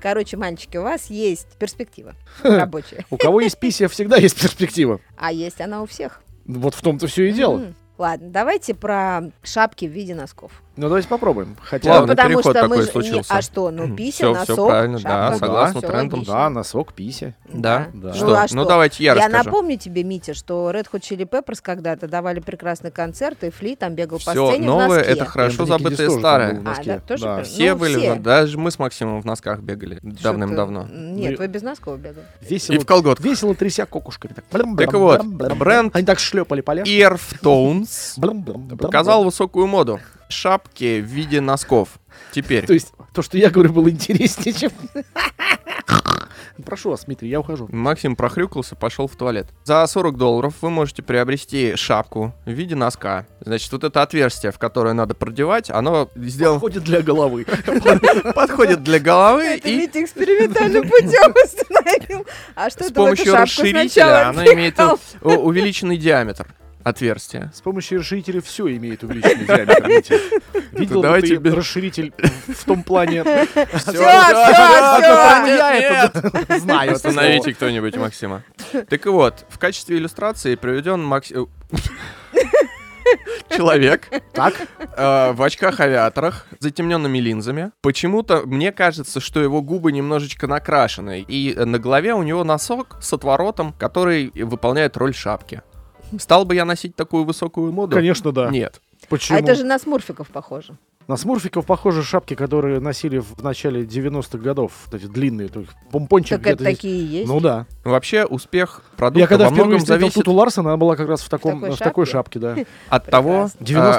Speaker 2: Короче, мальчики, у вас есть
Speaker 3: [LAUGHS]
Speaker 2: перспектива рабочая.
Speaker 3: У кого есть писья, всегда есть перспектива.
Speaker 2: А есть она у всех.
Speaker 3: Вот в том-то все и дело.
Speaker 2: М. Ладно, давайте про шапки в виде носков.
Speaker 3: Ну, давайте попробуем.
Speaker 2: Ну,
Speaker 1: Плавный
Speaker 3: Хотя...
Speaker 1: Ладно. переход такой
Speaker 2: мы же... не-
Speaker 1: случился.
Speaker 2: А что, ну пися,
Speaker 1: Всё-
Speaker 2: носок,
Speaker 1: всё правильно, да,
Speaker 2: шапка.
Speaker 1: согласно
Speaker 2: Всё
Speaker 1: трендам,
Speaker 2: логично.
Speaker 3: Да, носок, пися.
Speaker 1: Да.
Speaker 3: Да.
Speaker 2: Ну,
Speaker 1: Что?
Speaker 2: а
Speaker 1: Ну
Speaker 2: что?
Speaker 1: давайте я
Speaker 2: Я
Speaker 1: расскажу.
Speaker 2: напомню тебе, Митя, что Red Hot Chili Peppers когда-то давали прекрасный концерт, и Фли там бегал по
Speaker 1: Все
Speaker 2: сцене в
Speaker 1: новое
Speaker 2: носке.
Speaker 1: это хорошо
Speaker 3: Энтони Кидис
Speaker 1: забытое
Speaker 3: Ну, тоже там был
Speaker 1: старое.
Speaker 3: в носке.
Speaker 2: А, да, тоже прям.
Speaker 1: Все
Speaker 2: Ну,
Speaker 1: были, в
Speaker 2: все.
Speaker 1: нос- даже мы с Максимом в носках бегали
Speaker 2: Что
Speaker 1: давным-давно.
Speaker 2: ты- Нет,
Speaker 3: Ну,
Speaker 2: вы без носков бегали.
Speaker 3: Весело,
Speaker 1: И в колготках.
Speaker 3: весело тряся кокушками. Так, блям,
Speaker 1: Так
Speaker 3: блям,
Speaker 1: вот,
Speaker 3: блям, блям.
Speaker 1: бренд-
Speaker 3: Они так шлепали поля.
Speaker 1: Earthtones
Speaker 3: Блям, блям, блям,
Speaker 1: показал высокую моду. Шапки в виде носков. Теперь.
Speaker 3: То есть, то, что я говорю, было интереснее, чем... [LAUGHS] Прошу вас, Дмитрий, я ухожу.
Speaker 1: Максим прохрюкался, пошел в туалет. За 40 долларов вы можете приобрести шапку в виде носка. Значит, вот это отверстие, в которое надо продевать, оно сделано
Speaker 3: Ходит для головы.
Speaker 1: подходит для головы
Speaker 2: [LAUGHS] Это
Speaker 1: и
Speaker 2: Митя
Speaker 1: [LAUGHS]
Speaker 2: экспериментальным [LAUGHS] путем установил. А что
Speaker 1: с
Speaker 2: это в эту
Speaker 1: помощью
Speaker 2: шапку сначала
Speaker 1: расширителя оно имеет
Speaker 2: втыкал?
Speaker 1: у- увеличенный диаметр отверстия.
Speaker 3: С помощью расширителя все имеет увеличенный диаметр. Митя. Видел бы
Speaker 1: давайте
Speaker 3: ты
Speaker 1: без-
Speaker 3: расширитель в том плане...
Speaker 1: Всё,
Speaker 2: всё,
Speaker 3: Поэтому
Speaker 2: всё.
Speaker 3: я это знаю. это слово.
Speaker 1: Остановите кто-нибудь Максима. Так вот, в качестве иллюстрации приведен Макс... э, Человек
Speaker 3: Так,
Speaker 1: э, в очках-авиаторах с затемненными линзами. Почему-то мне кажется, что его губы немножечко накрашены. И на голове у него носок с отворотом, который выполняет роль шапки. Стал бы я носить такую высокую моду?
Speaker 3: конечно, да.
Speaker 1: Нет.
Speaker 2: А
Speaker 3: Почему?
Speaker 2: это же на смурфиков похоже.
Speaker 3: На смурфиков похожи шапки, которые носили в начале 90-х годов. Вот Эти длинные, то есть помпончик
Speaker 2: Так это
Speaker 3: где-то здесь.
Speaker 2: такие и есть.
Speaker 3: Ну да.
Speaker 1: Вообще успех
Speaker 3: Я
Speaker 1: продукта Ну,
Speaker 3: когда
Speaker 1: во
Speaker 3: впервые
Speaker 1: многом
Speaker 3: встретил
Speaker 1: зависит
Speaker 3: Туту Ларсен, она была как раз в, таком,
Speaker 2: такой
Speaker 3: в такой
Speaker 2: шапке?
Speaker 3: шапке, да.
Speaker 1: от того, [LAUGHS]
Speaker 2: Прекрасно.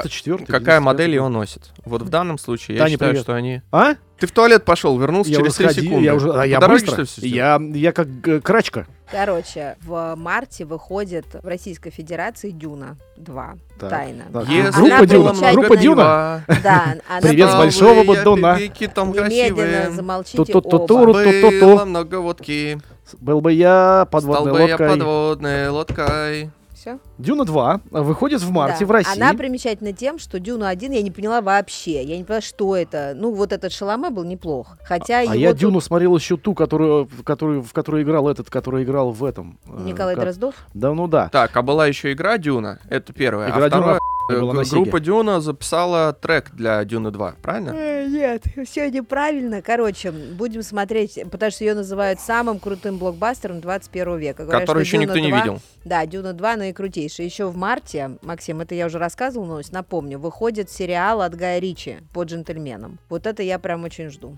Speaker 1: а,
Speaker 3: 94
Speaker 1: какая модель его носит. Вот в данном случае я
Speaker 3: Таня,
Speaker 1: считаю,
Speaker 3: привет.
Speaker 1: что они...
Speaker 3: А?
Speaker 1: Ты в туалет пошел, вернулся
Speaker 3: Я
Speaker 1: через
Speaker 3: уже
Speaker 1: 3
Speaker 3: сходил,
Speaker 1: секунды.
Speaker 3: Я уже, а
Speaker 1: По
Speaker 3: я
Speaker 1: дороге,
Speaker 3: быстро.
Speaker 1: что ли, всё сделал?
Speaker 3: я, я как э, крачка.
Speaker 2: Короче, в марте выходит в Российской Федерации Дюна 2.
Speaker 3: Так,
Speaker 2: Тайна.
Speaker 3: так.
Speaker 1: Если
Speaker 2: Группа
Speaker 1: было
Speaker 2: Дюна,
Speaker 1: много
Speaker 3: группа Дюна.
Speaker 1: гнева,
Speaker 2: [LAUGHS] Да, она
Speaker 3: Привет, с
Speaker 2: была-
Speaker 3: большого
Speaker 1: я
Speaker 3: Баддона.
Speaker 1: певики там красивые.
Speaker 2: Немедленно замолчите
Speaker 3: Ту-ту-ту-ту.
Speaker 2: оба.
Speaker 3: Ру-ту-ту-ту.
Speaker 1: Было много водки,
Speaker 3: Был бы я
Speaker 1: стал
Speaker 3: подводной
Speaker 1: бы я
Speaker 3: лодкой.
Speaker 1: подводной лодкой.
Speaker 2: Все?
Speaker 3: Дюна 2 выходит в марте
Speaker 2: Да.
Speaker 3: в России.
Speaker 2: Она примечательна тем, что Дюну 1 я не поняла вообще. Я не поняла, что это. Ну, вот этот Шаломе был неплох. Хотя
Speaker 3: А
Speaker 2: его
Speaker 3: я
Speaker 2: тут
Speaker 3: Дюну смотрел еще ту, которую, в, которую, в которой играл этот, который играл в этом. э,
Speaker 2: Николай
Speaker 3: как-
Speaker 2: Дроздов.
Speaker 3: Да, ну да.
Speaker 1: Так, а была еще игра Дюна, это первая.
Speaker 3: Игра
Speaker 1: а
Speaker 3: Дюна
Speaker 1: вторая,
Speaker 3: охуенная [LAUGHS] была
Speaker 1: э,
Speaker 3: на
Speaker 1: г-
Speaker 3: Сеге.
Speaker 1: группа Дюна записала трек для Дюна 2, правильно?
Speaker 2: Э, Нет, все неправильно. Короче, будем смотреть, потому что ее называют самым крутым блокбастером 21 века. Говорят,
Speaker 1: Который
Speaker 2: что
Speaker 1: еще никто
Speaker 2: «Дюна
Speaker 1: не
Speaker 2: 2»
Speaker 1: видел.
Speaker 2: Да, Дюна 2 наикрутейшая. Еще в марте, Максим, это я уже рассказывал новость, напомню, выходит сериал от Гая Ричи по джентльменам. Вот это я прям очень жду.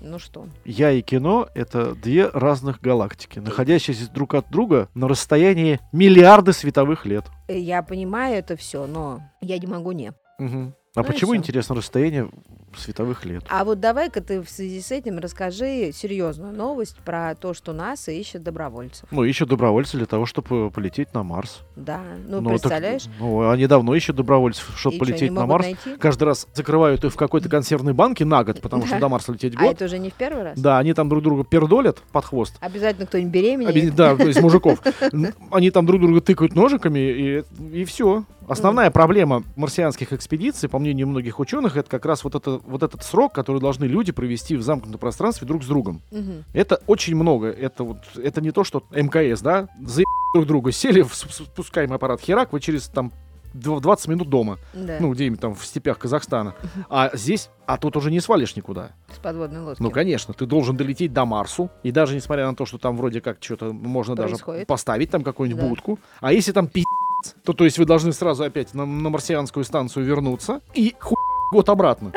Speaker 2: Ну что?
Speaker 3: Я и кино — это две разных галактики, находящиеся друг от друга на расстоянии миллиарды световых лет.
Speaker 2: э, Я понимаю это все, но я не могу не.
Speaker 3: А
Speaker 2: Ну и
Speaker 3: почему,
Speaker 2: всё.
Speaker 3: интересно, расстояние световых лет?
Speaker 2: А вот давай-ка ты в связи с этим расскажи серьезную новость про то, что НАСА ищет добровольцев.
Speaker 3: Ну, ищут добровольцы для того, чтобы полететь на Марс.
Speaker 2: Да, ну,
Speaker 3: Ну, так,
Speaker 2: представляешь?
Speaker 3: ну, они давно ищут добровольцев,
Speaker 2: И
Speaker 3: чтобы
Speaker 2: чё, не
Speaker 3: полететь на
Speaker 2: могут
Speaker 3: Марс.
Speaker 2: найти?
Speaker 3: Каждый раз закрывают их в какой-то консервной банке на год, потому
Speaker 2: Да.
Speaker 3: что до Марса лететь
Speaker 2: А
Speaker 3: год.
Speaker 2: это А уже не в первый раз?
Speaker 3: Да, они там друг друга пердолят под хвост.
Speaker 2: Обязательно кто-нибудь
Speaker 3: Обе-
Speaker 2: беременеет?
Speaker 3: Да, из
Speaker 2: [LAUGHS]
Speaker 3: мужиков. Н- Они там друг друга тыкают ножиками, и, и все. Основная проблема марсианских экспедиций, по мнению многих ученых, это как раз вот, это, вот этот срок, который должны люди провести в замкнутом пространстве друг с другом.
Speaker 2: Мгм.
Speaker 3: Это очень много. Это, вот, это не то, что МКС, да? За друг друга сели в спускаемый аппарат Херак, вы через там дв- 20 минут дома.
Speaker 2: Да,
Speaker 3: Ну, где-нибудь там в степях Казахстана. А здесь, а тут уже не свалишь никуда.
Speaker 2: с подводной лодки.
Speaker 3: Ну, конечно, ты должен долететь до Марсу. И даже несмотря на то, что там вроде как что-то можно даже
Speaker 2: Происходит.
Speaker 3: поставить там какую-нибудь
Speaker 2: Да.
Speaker 3: будку. А если там пи***, то то есть вы должны сразу опять на, на марсианскую станцию вернуться и ху...
Speaker 2: [LAUGHS]
Speaker 3: год обратно.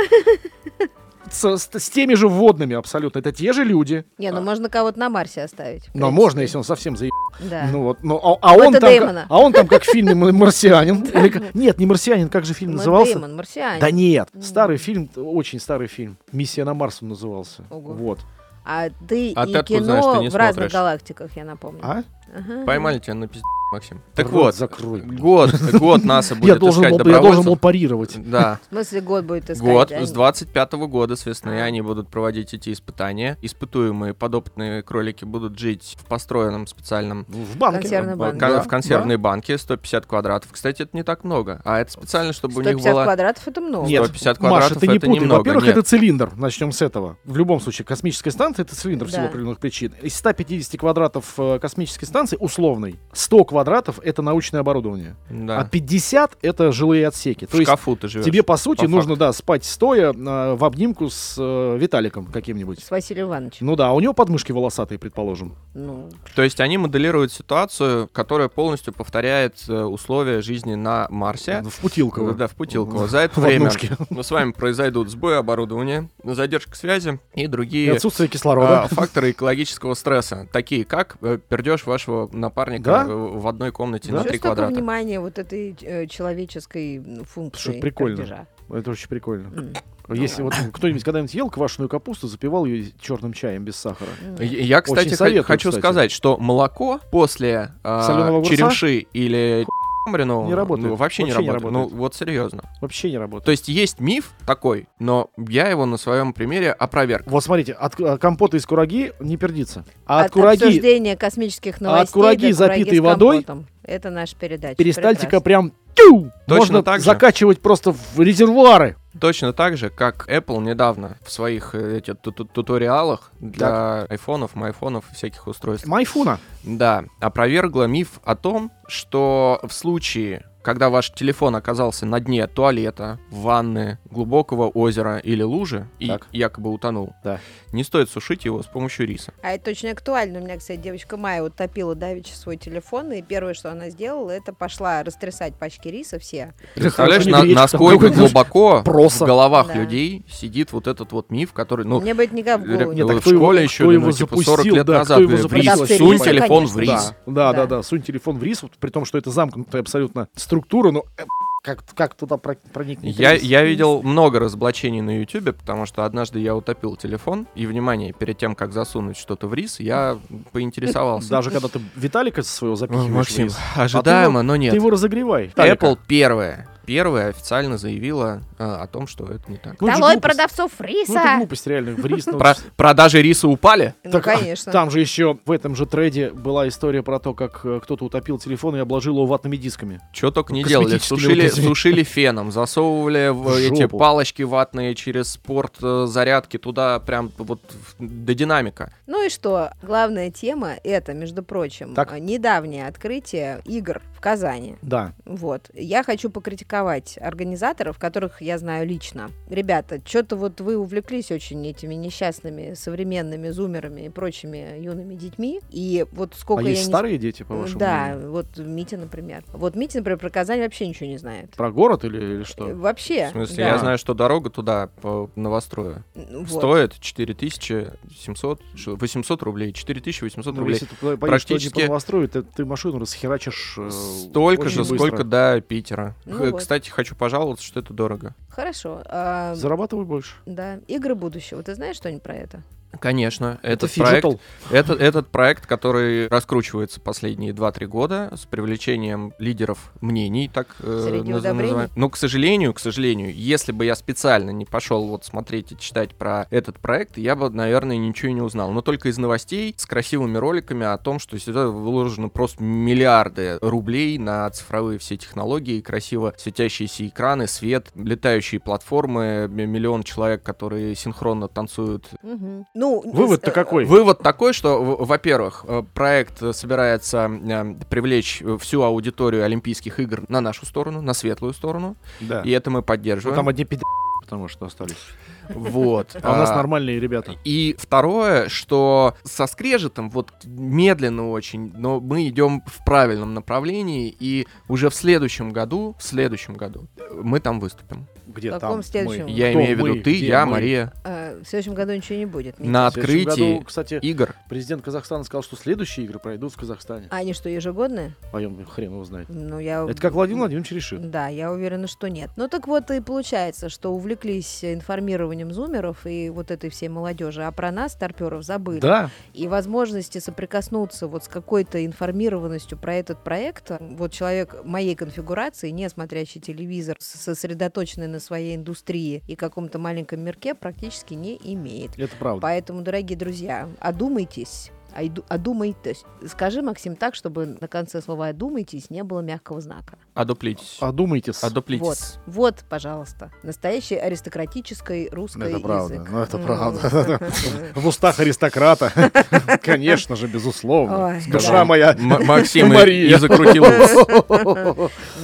Speaker 3: С, с- с теми же водными абсолютно. Это те же люди.
Speaker 2: Не, ну
Speaker 3: А.
Speaker 2: можно кого-то на Марсе оставить. в
Speaker 3: Но
Speaker 2: принципе.
Speaker 3: Ну, а можно, если он совсем заеб...
Speaker 2: Э, Да.
Speaker 3: Ну вот, ну, а, а он
Speaker 2: Мэтта
Speaker 3: там,
Speaker 2: Дэймона.
Speaker 3: как- а он там как в фильме «М- «Марсианин». Или как- Нет, не «Марсианин», как же фильм
Speaker 2: Мэтт
Speaker 3: назывался?
Speaker 2: Дэймон, марсианин.
Speaker 3: Да нет,
Speaker 2: М.
Speaker 3: старый фильм, очень старый фильм. «Миссия на Марс» он назывался.
Speaker 2: Ого.
Speaker 3: Вот.
Speaker 2: А ты
Speaker 1: А
Speaker 2: и
Speaker 1: ты откуда
Speaker 2: кино
Speaker 1: знаешь, ты не
Speaker 2: в разных
Speaker 1: смотришь?
Speaker 2: галактиках, я напомню.
Speaker 3: А?
Speaker 2: Ага.
Speaker 1: Поймали тебя на пизд, Максим. Так
Speaker 3: Рот
Speaker 1: вот,
Speaker 3: закрой. [LAUGHS]
Speaker 1: год, год НАСА будет
Speaker 3: Я должен,
Speaker 1: искать
Speaker 3: был, я должен был
Speaker 1: добровольцев.
Speaker 3: парировать.
Speaker 1: Да.
Speaker 2: В смысле, год будет искать?
Speaker 1: Год
Speaker 2: да?
Speaker 1: с 25 года, с весны,
Speaker 2: А.
Speaker 1: они будут проводить эти испытания. Испытуемые подопытные кролики будут жить в построенном специальном
Speaker 3: Ну, В банке.
Speaker 2: Консервной
Speaker 1: э,
Speaker 2: банке.
Speaker 1: кон-
Speaker 3: Да,
Speaker 1: в консервной банке 150 квадратов. Кстати, это не так много. А это специально, чтобы у них
Speaker 2: 150
Speaker 1: была...
Speaker 2: квадратов это много.
Speaker 3: Нет,
Speaker 1: 150
Speaker 3: Маша,
Speaker 1: квадратов
Speaker 3: ты не
Speaker 1: это
Speaker 3: путай.
Speaker 1: немного,
Speaker 3: Во-первых,
Speaker 1: нет.
Speaker 3: это цилиндр. Начнем с этого. В любом случае, космическая станция это цилиндр
Speaker 2: Да.
Speaker 3: всего определенных причин. Из 150 квадратов э, космической станции условной 100 квадратов это научное оборудование,
Speaker 1: Да.
Speaker 3: а 50 это жилые отсеки. То
Speaker 1: в
Speaker 3: есть
Speaker 1: шкафу ты живешь.
Speaker 3: тебе по сути
Speaker 1: по
Speaker 3: нужно да спать стоя э, в обнимку с э, Виталиком каким-нибудь.
Speaker 2: С Василием Ивановичем.
Speaker 3: Ну да, а у него подмышки волосатые, предположим.
Speaker 2: Ну,
Speaker 1: То есть они моделируют ситуацию, которая полностью повторяет э, условия жизни на Марсе.
Speaker 3: В путилково.
Speaker 1: Да, в Путилково. За это
Speaker 3: В
Speaker 1: время
Speaker 3: однушке. [LAUGHS]
Speaker 1: ну, с вами произойдут сбои оборудования, задержка связи и
Speaker 3: И
Speaker 1: другие
Speaker 3: отсутствие
Speaker 1: а,
Speaker 3: кислорода.
Speaker 1: факторы экологического стресса, такие как э, пердеж вашего напарника
Speaker 3: Да?
Speaker 1: э, в одной комнате
Speaker 3: Да.
Speaker 1: на
Speaker 2: Уже
Speaker 1: 3
Speaker 2: столько
Speaker 1: квадрата.
Speaker 2: внимания вот этой э, человеческой м, функции.
Speaker 3: Что-то прикольно.
Speaker 2: пердежа.
Speaker 1: А.
Speaker 3: [LAUGHS] Это очень прикольно.
Speaker 2: М,
Speaker 3: Если
Speaker 1: Ну.
Speaker 3: вот кто-нибудь когда-нибудь ел квашеную капусту, запивал ее черным чаем без сахара.
Speaker 2: м.
Speaker 1: Я- Я, кстати,
Speaker 3: Очень
Speaker 1: хо-
Speaker 3: советую,
Speaker 1: хочу
Speaker 3: кстати.
Speaker 1: сказать, что молоко после э,
Speaker 3: Соленого огурца?
Speaker 1: черемши
Speaker 3: [LAUGHS]
Speaker 1: или мреного,
Speaker 3: Не работает.
Speaker 1: ну, вообще, не,
Speaker 3: Вообще не
Speaker 1: работает.
Speaker 3: работает.
Speaker 1: Ну, вот серьезно.
Speaker 3: Вообще не работает.
Speaker 1: То есть есть миф такой, но я его на своем примере опроверг.
Speaker 3: Вот смотрите, от э, компота из кураги не пердится. А от,
Speaker 2: От
Speaker 3: кураги
Speaker 2: обсуждения космических новостей до
Speaker 3: кураги,
Speaker 2: кураги с
Speaker 3: запитой водой,
Speaker 2: компотом. Это наша передача.
Speaker 3: перистальтика
Speaker 2: Прекрасно.
Speaker 3: прям тю!
Speaker 1: Точно
Speaker 3: Можно
Speaker 1: так же.
Speaker 3: закачивать просто в резервуары.
Speaker 1: Точно так же, как Apple недавно в своих э, эти, ту- ту- туториалах для айфонов, майфонов, всяких устройств,
Speaker 3: Майфуна.
Speaker 1: да, опровергла миф о том, что в случае, когда ваш телефон оказался на дне туалета, ванны, глубокого озера или лужи и
Speaker 3: Так.
Speaker 1: якобы утонул,
Speaker 3: Да.
Speaker 1: не стоит сушить его с помощью риса.
Speaker 2: А это очень актуально. У меня, кстати, девочка Майя вот топила давеча свой телефон, и первое, что она сделала, это пошла растрясать пачки риса все.
Speaker 1: Представляешь,
Speaker 3: Хорошо, не
Speaker 1: на-
Speaker 3: греется.
Speaker 1: насколько
Speaker 3: Какой-то
Speaker 1: глубоко в
Speaker 3: просто.
Speaker 1: головах
Speaker 2: Да.
Speaker 1: людей сидит вот этот вот миф, который, ну,
Speaker 2: Мне бы это никогда в голову
Speaker 1: Ре-
Speaker 2: не
Speaker 3: Нет, а
Speaker 1: в
Speaker 3: кто его-
Speaker 1: школе
Speaker 3: кто
Speaker 1: еще, ну,
Speaker 3: его
Speaker 1: типа,
Speaker 3: запустил,
Speaker 1: 40 лет
Speaker 3: да,
Speaker 1: назад,
Speaker 3: кто его
Speaker 1: блин,
Speaker 3: запустил?
Speaker 1: в рис,
Speaker 2: Продавцы
Speaker 1: сунь
Speaker 2: риса,
Speaker 1: телефон в
Speaker 2: конечно.
Speaker 1: рис.
Speaker 3: Да, да, да,
Speaker 2: Да.
Speaker 3: да. Сунь телефон в рис, вот, при том, что это замкнутая абсолютно структура, но э, как, как туда про- проникнет
Speaker 1: Я,
Speaker 3: рис?
Speaker 1: я видел много разоблачений на Ютубе, потому что однажды я утопил телефон, и, внимание, перед тем, как засунуть что-то в рис, я поинтересовался.
Speaker 3: Даже когда ты Виталика своего
Speaker 1: Ой,
Speaker 3: запихиваешь в
Speaker 1: Максим,
Speaker 3: рис, А
Speaker 1: ожидаемо, но нет.
Speaker 3: ты его разогревай. Виталика. ну,
Speaker 1: Apple первая, первая официально заявила э, о том, что это не так.
Speaker 3: Ну, это же
Speaker 2: Долой
Speaker 3: глупость.
Speaker 2: продавцов
Speaker 3: Ну, это
Speaker 2: риса!
Speaker 3: глупость, реально, в рис. ну,
Speaker 1: Про- продажи риса упали?
Speaker 2: Ну,
Speaker 3: Так, а,
Speaker 2: конечно.
Speaker 3: Там же еще в этом же треде была история про то, как э, кто-то утопил телефон и обложил его ватными дисками.
Speaker 1: Что только не
Speaker 3: Косметическими
Speaker 1: делали.
Speaker 3: вот
Speaker 1: Сушили,
Speaker 3: этими.
Speaker 1: сушили феном, засовывали в
Speaker 3: В
Speaker 1: эти
Speaker 3: жопу.
Speaker 1: палочки ватные через порт э, зарядки туда прям вот в- до динамика.
Speaker 2: Ну и что? Главная тема это, между прочим,
Speaker 3: Так.
Speaker 2: э, недавнее открытие игр в Казани.
Speaker 3: Да.
Speaker 2: Вот. Я хочу покритиковать организаторов, которых я знаю лично. Ребята, что-то вот вы увлеклись очень этими несчастными современными зумерами и прочими юными детьми. И вот сколько
Speaker 3: а
Speaker 2: я
Speaker 3: есть
Speaker 2: не
Speaker 3: старые дети, по вашему
Speaker 2: Э, Да,
Speaker 3: мнению?
Speaker 2: вот Митя, например. Вот Митя, например, про Казань вообще ничего не знает.
Speaker 3: Про город или, или
Speaker 2: Э,
Speaker 3: что?
Speaker 2: Вообще.
Speaker 1: В смысле,
Speaker 2: да.
Speaker 1: я знаю, что дорога туда э, по новострою
Speaker 2: Н- вот.
Speaker 1: стоит 4700, шо- 800 рублей, 4800
Speaker 3: Ну,
Speaker 1: рублей.
Speaker 3: если ты туда поедешь,
Speaker 1: Практически-
Speaker 3: то не по новострою, ты, ты машину расхерачишь э,
Speaker 1: Столько
Speaker 3: очень
Speaker 1: же,
Speaker 3: быстро.
Speaker 1: сколько до Питера.
Speaker 2: Ну
Speaker 1: Х-
Speaker 2: вот.
Speaker 1: Кстати, хочу пожаловаться, что это дорого.
Speaker 2: Хорошо. а,
Speaker 3: Зарабатывай больше.
Speaker 2: да, игры будущего. Ты знаешь что-нибудь про это?
Speaker 1: Конечно, этот проект,
Speaker 3: фиджитал.
Speaker 1: этот, этот проект, который раскручивается последние 2-3 года с привлечением лидеров мнений, так э,
Speaker 2: Среди
Speaker 1: наз-
Speaker 2: удобрений?
Speaker 1: называем. Но, к сожалению, к сожалению, если бы я специально не пошел вот смотреть и читать про этот проект, я бы, наверное, ничего и не узнал. Но только из новостей с красивыми роликами о том, что сюда вложено просто миллиарды рублей на цифровые все технологии, красиво светящиеся экраны, свет, летающие платформы, м- миллион человек, которые синхронно танцуют
Speaker 2: Мгм. Ну,
Speaker 3: Вывод-то
Speaker 2: с-
Speaker 3: какой?
Speaker 1: Вывод такой, что, в- во-первых, э, проект э, собирается э, привлечь э, всю аудиторию Олимпийских игр на нашу сторону, на светлую сторону,
Speaker 3: Да.
Speaker 1: и это мы [LAUGHS]
Speaker 3: Ну,
Speaker 1: поддерживаем.
Speaker 3: там одни пида, потому что остались.
Speaker 1: Вот.
Speaker 3: А у нас
Speaker 1: А,
Speaker 3: нормальные ребята.
Speaker 1: И второе, что со скрежетом, вот медленно очень, но мы идем в правильном направлении, и уже в следующем году, в следующем году э, мы там выступим.
Speaker 3: Где
Speaker 2: В каком следующем?
Speaker 1: Я
Speaker 3: Кто
Speaker 1: имею в
Speaker 3: мы?
Speaker 1: виду ты,
Speaker 3: Где
Speaker 1: я,
Speaker 3: мы?
Speaker 1: Мария,
Speaker 2: э, В следующем году ничего не будет. Митя.
Speaker 1: на
Speaker 3: В следующем
Speaker 1: открытии
Speaker 3: году, кстати,
Speaker 1: игр.
Speaker 3: президент Казахстана сказал, что следующие игры пройдут в Казахстане.
Speaker 2: А они что, ежегодные?
Speaker 3: Поем, хрен его знает.
Speaker 2: Ну, я...
Speaker 3: Это как Владимир Владимирович решит.
Speaker 2: Да, я уверена, что нет. Ну так вот и получается, что увлеклись информированием зумеров и вот этой всей молодежи, а про нас, старперов, забыли.
Speaker 3: Да,
Speaker 2: И возможности соприкоснуться вот с какой-то информированностью про этот проект, вот человек моей конфигурации, не смотрящий телевизор, с- сосредоточенный на своей индустрии и каком-то маленьком мирке, практически не имеет.
Speaker 3: это правда.
Speaker 2: Поэтому, дорогие друзья, одумайтесь. Айду- Одумайтесь. Скажи, Максим, так, чтобы на конце слова «одумайтесь» не было мягкого знака.
Speaker 1: Одуплитесь.
Speaker 3: А, Одумайтесь.
Speaker 1: А Одуплитесь.
Speaker 2: Вот, вот, пожалуйста, настоящий аристократический русский
Speaker 3: Это правда,
Speaker 2: язык.
Speaker 3: ну, это
Speaker 2: М.
Speaker 3: правда. В устах аристократа.
Speaker 2: [LAUGHS]
Speaker 3: Конечно же, безусловно.
Speaker 2: Ой,
Speaker 3: Душа
Speaker 2: да, [LAUGHS]
Speaker 3: моя.
Speaker 1: М-
Speaker 3: [LAUGHS]
Speaker 1: Максим
Speaker 3: Мария.
Speaker 1: и, и закрутил ус.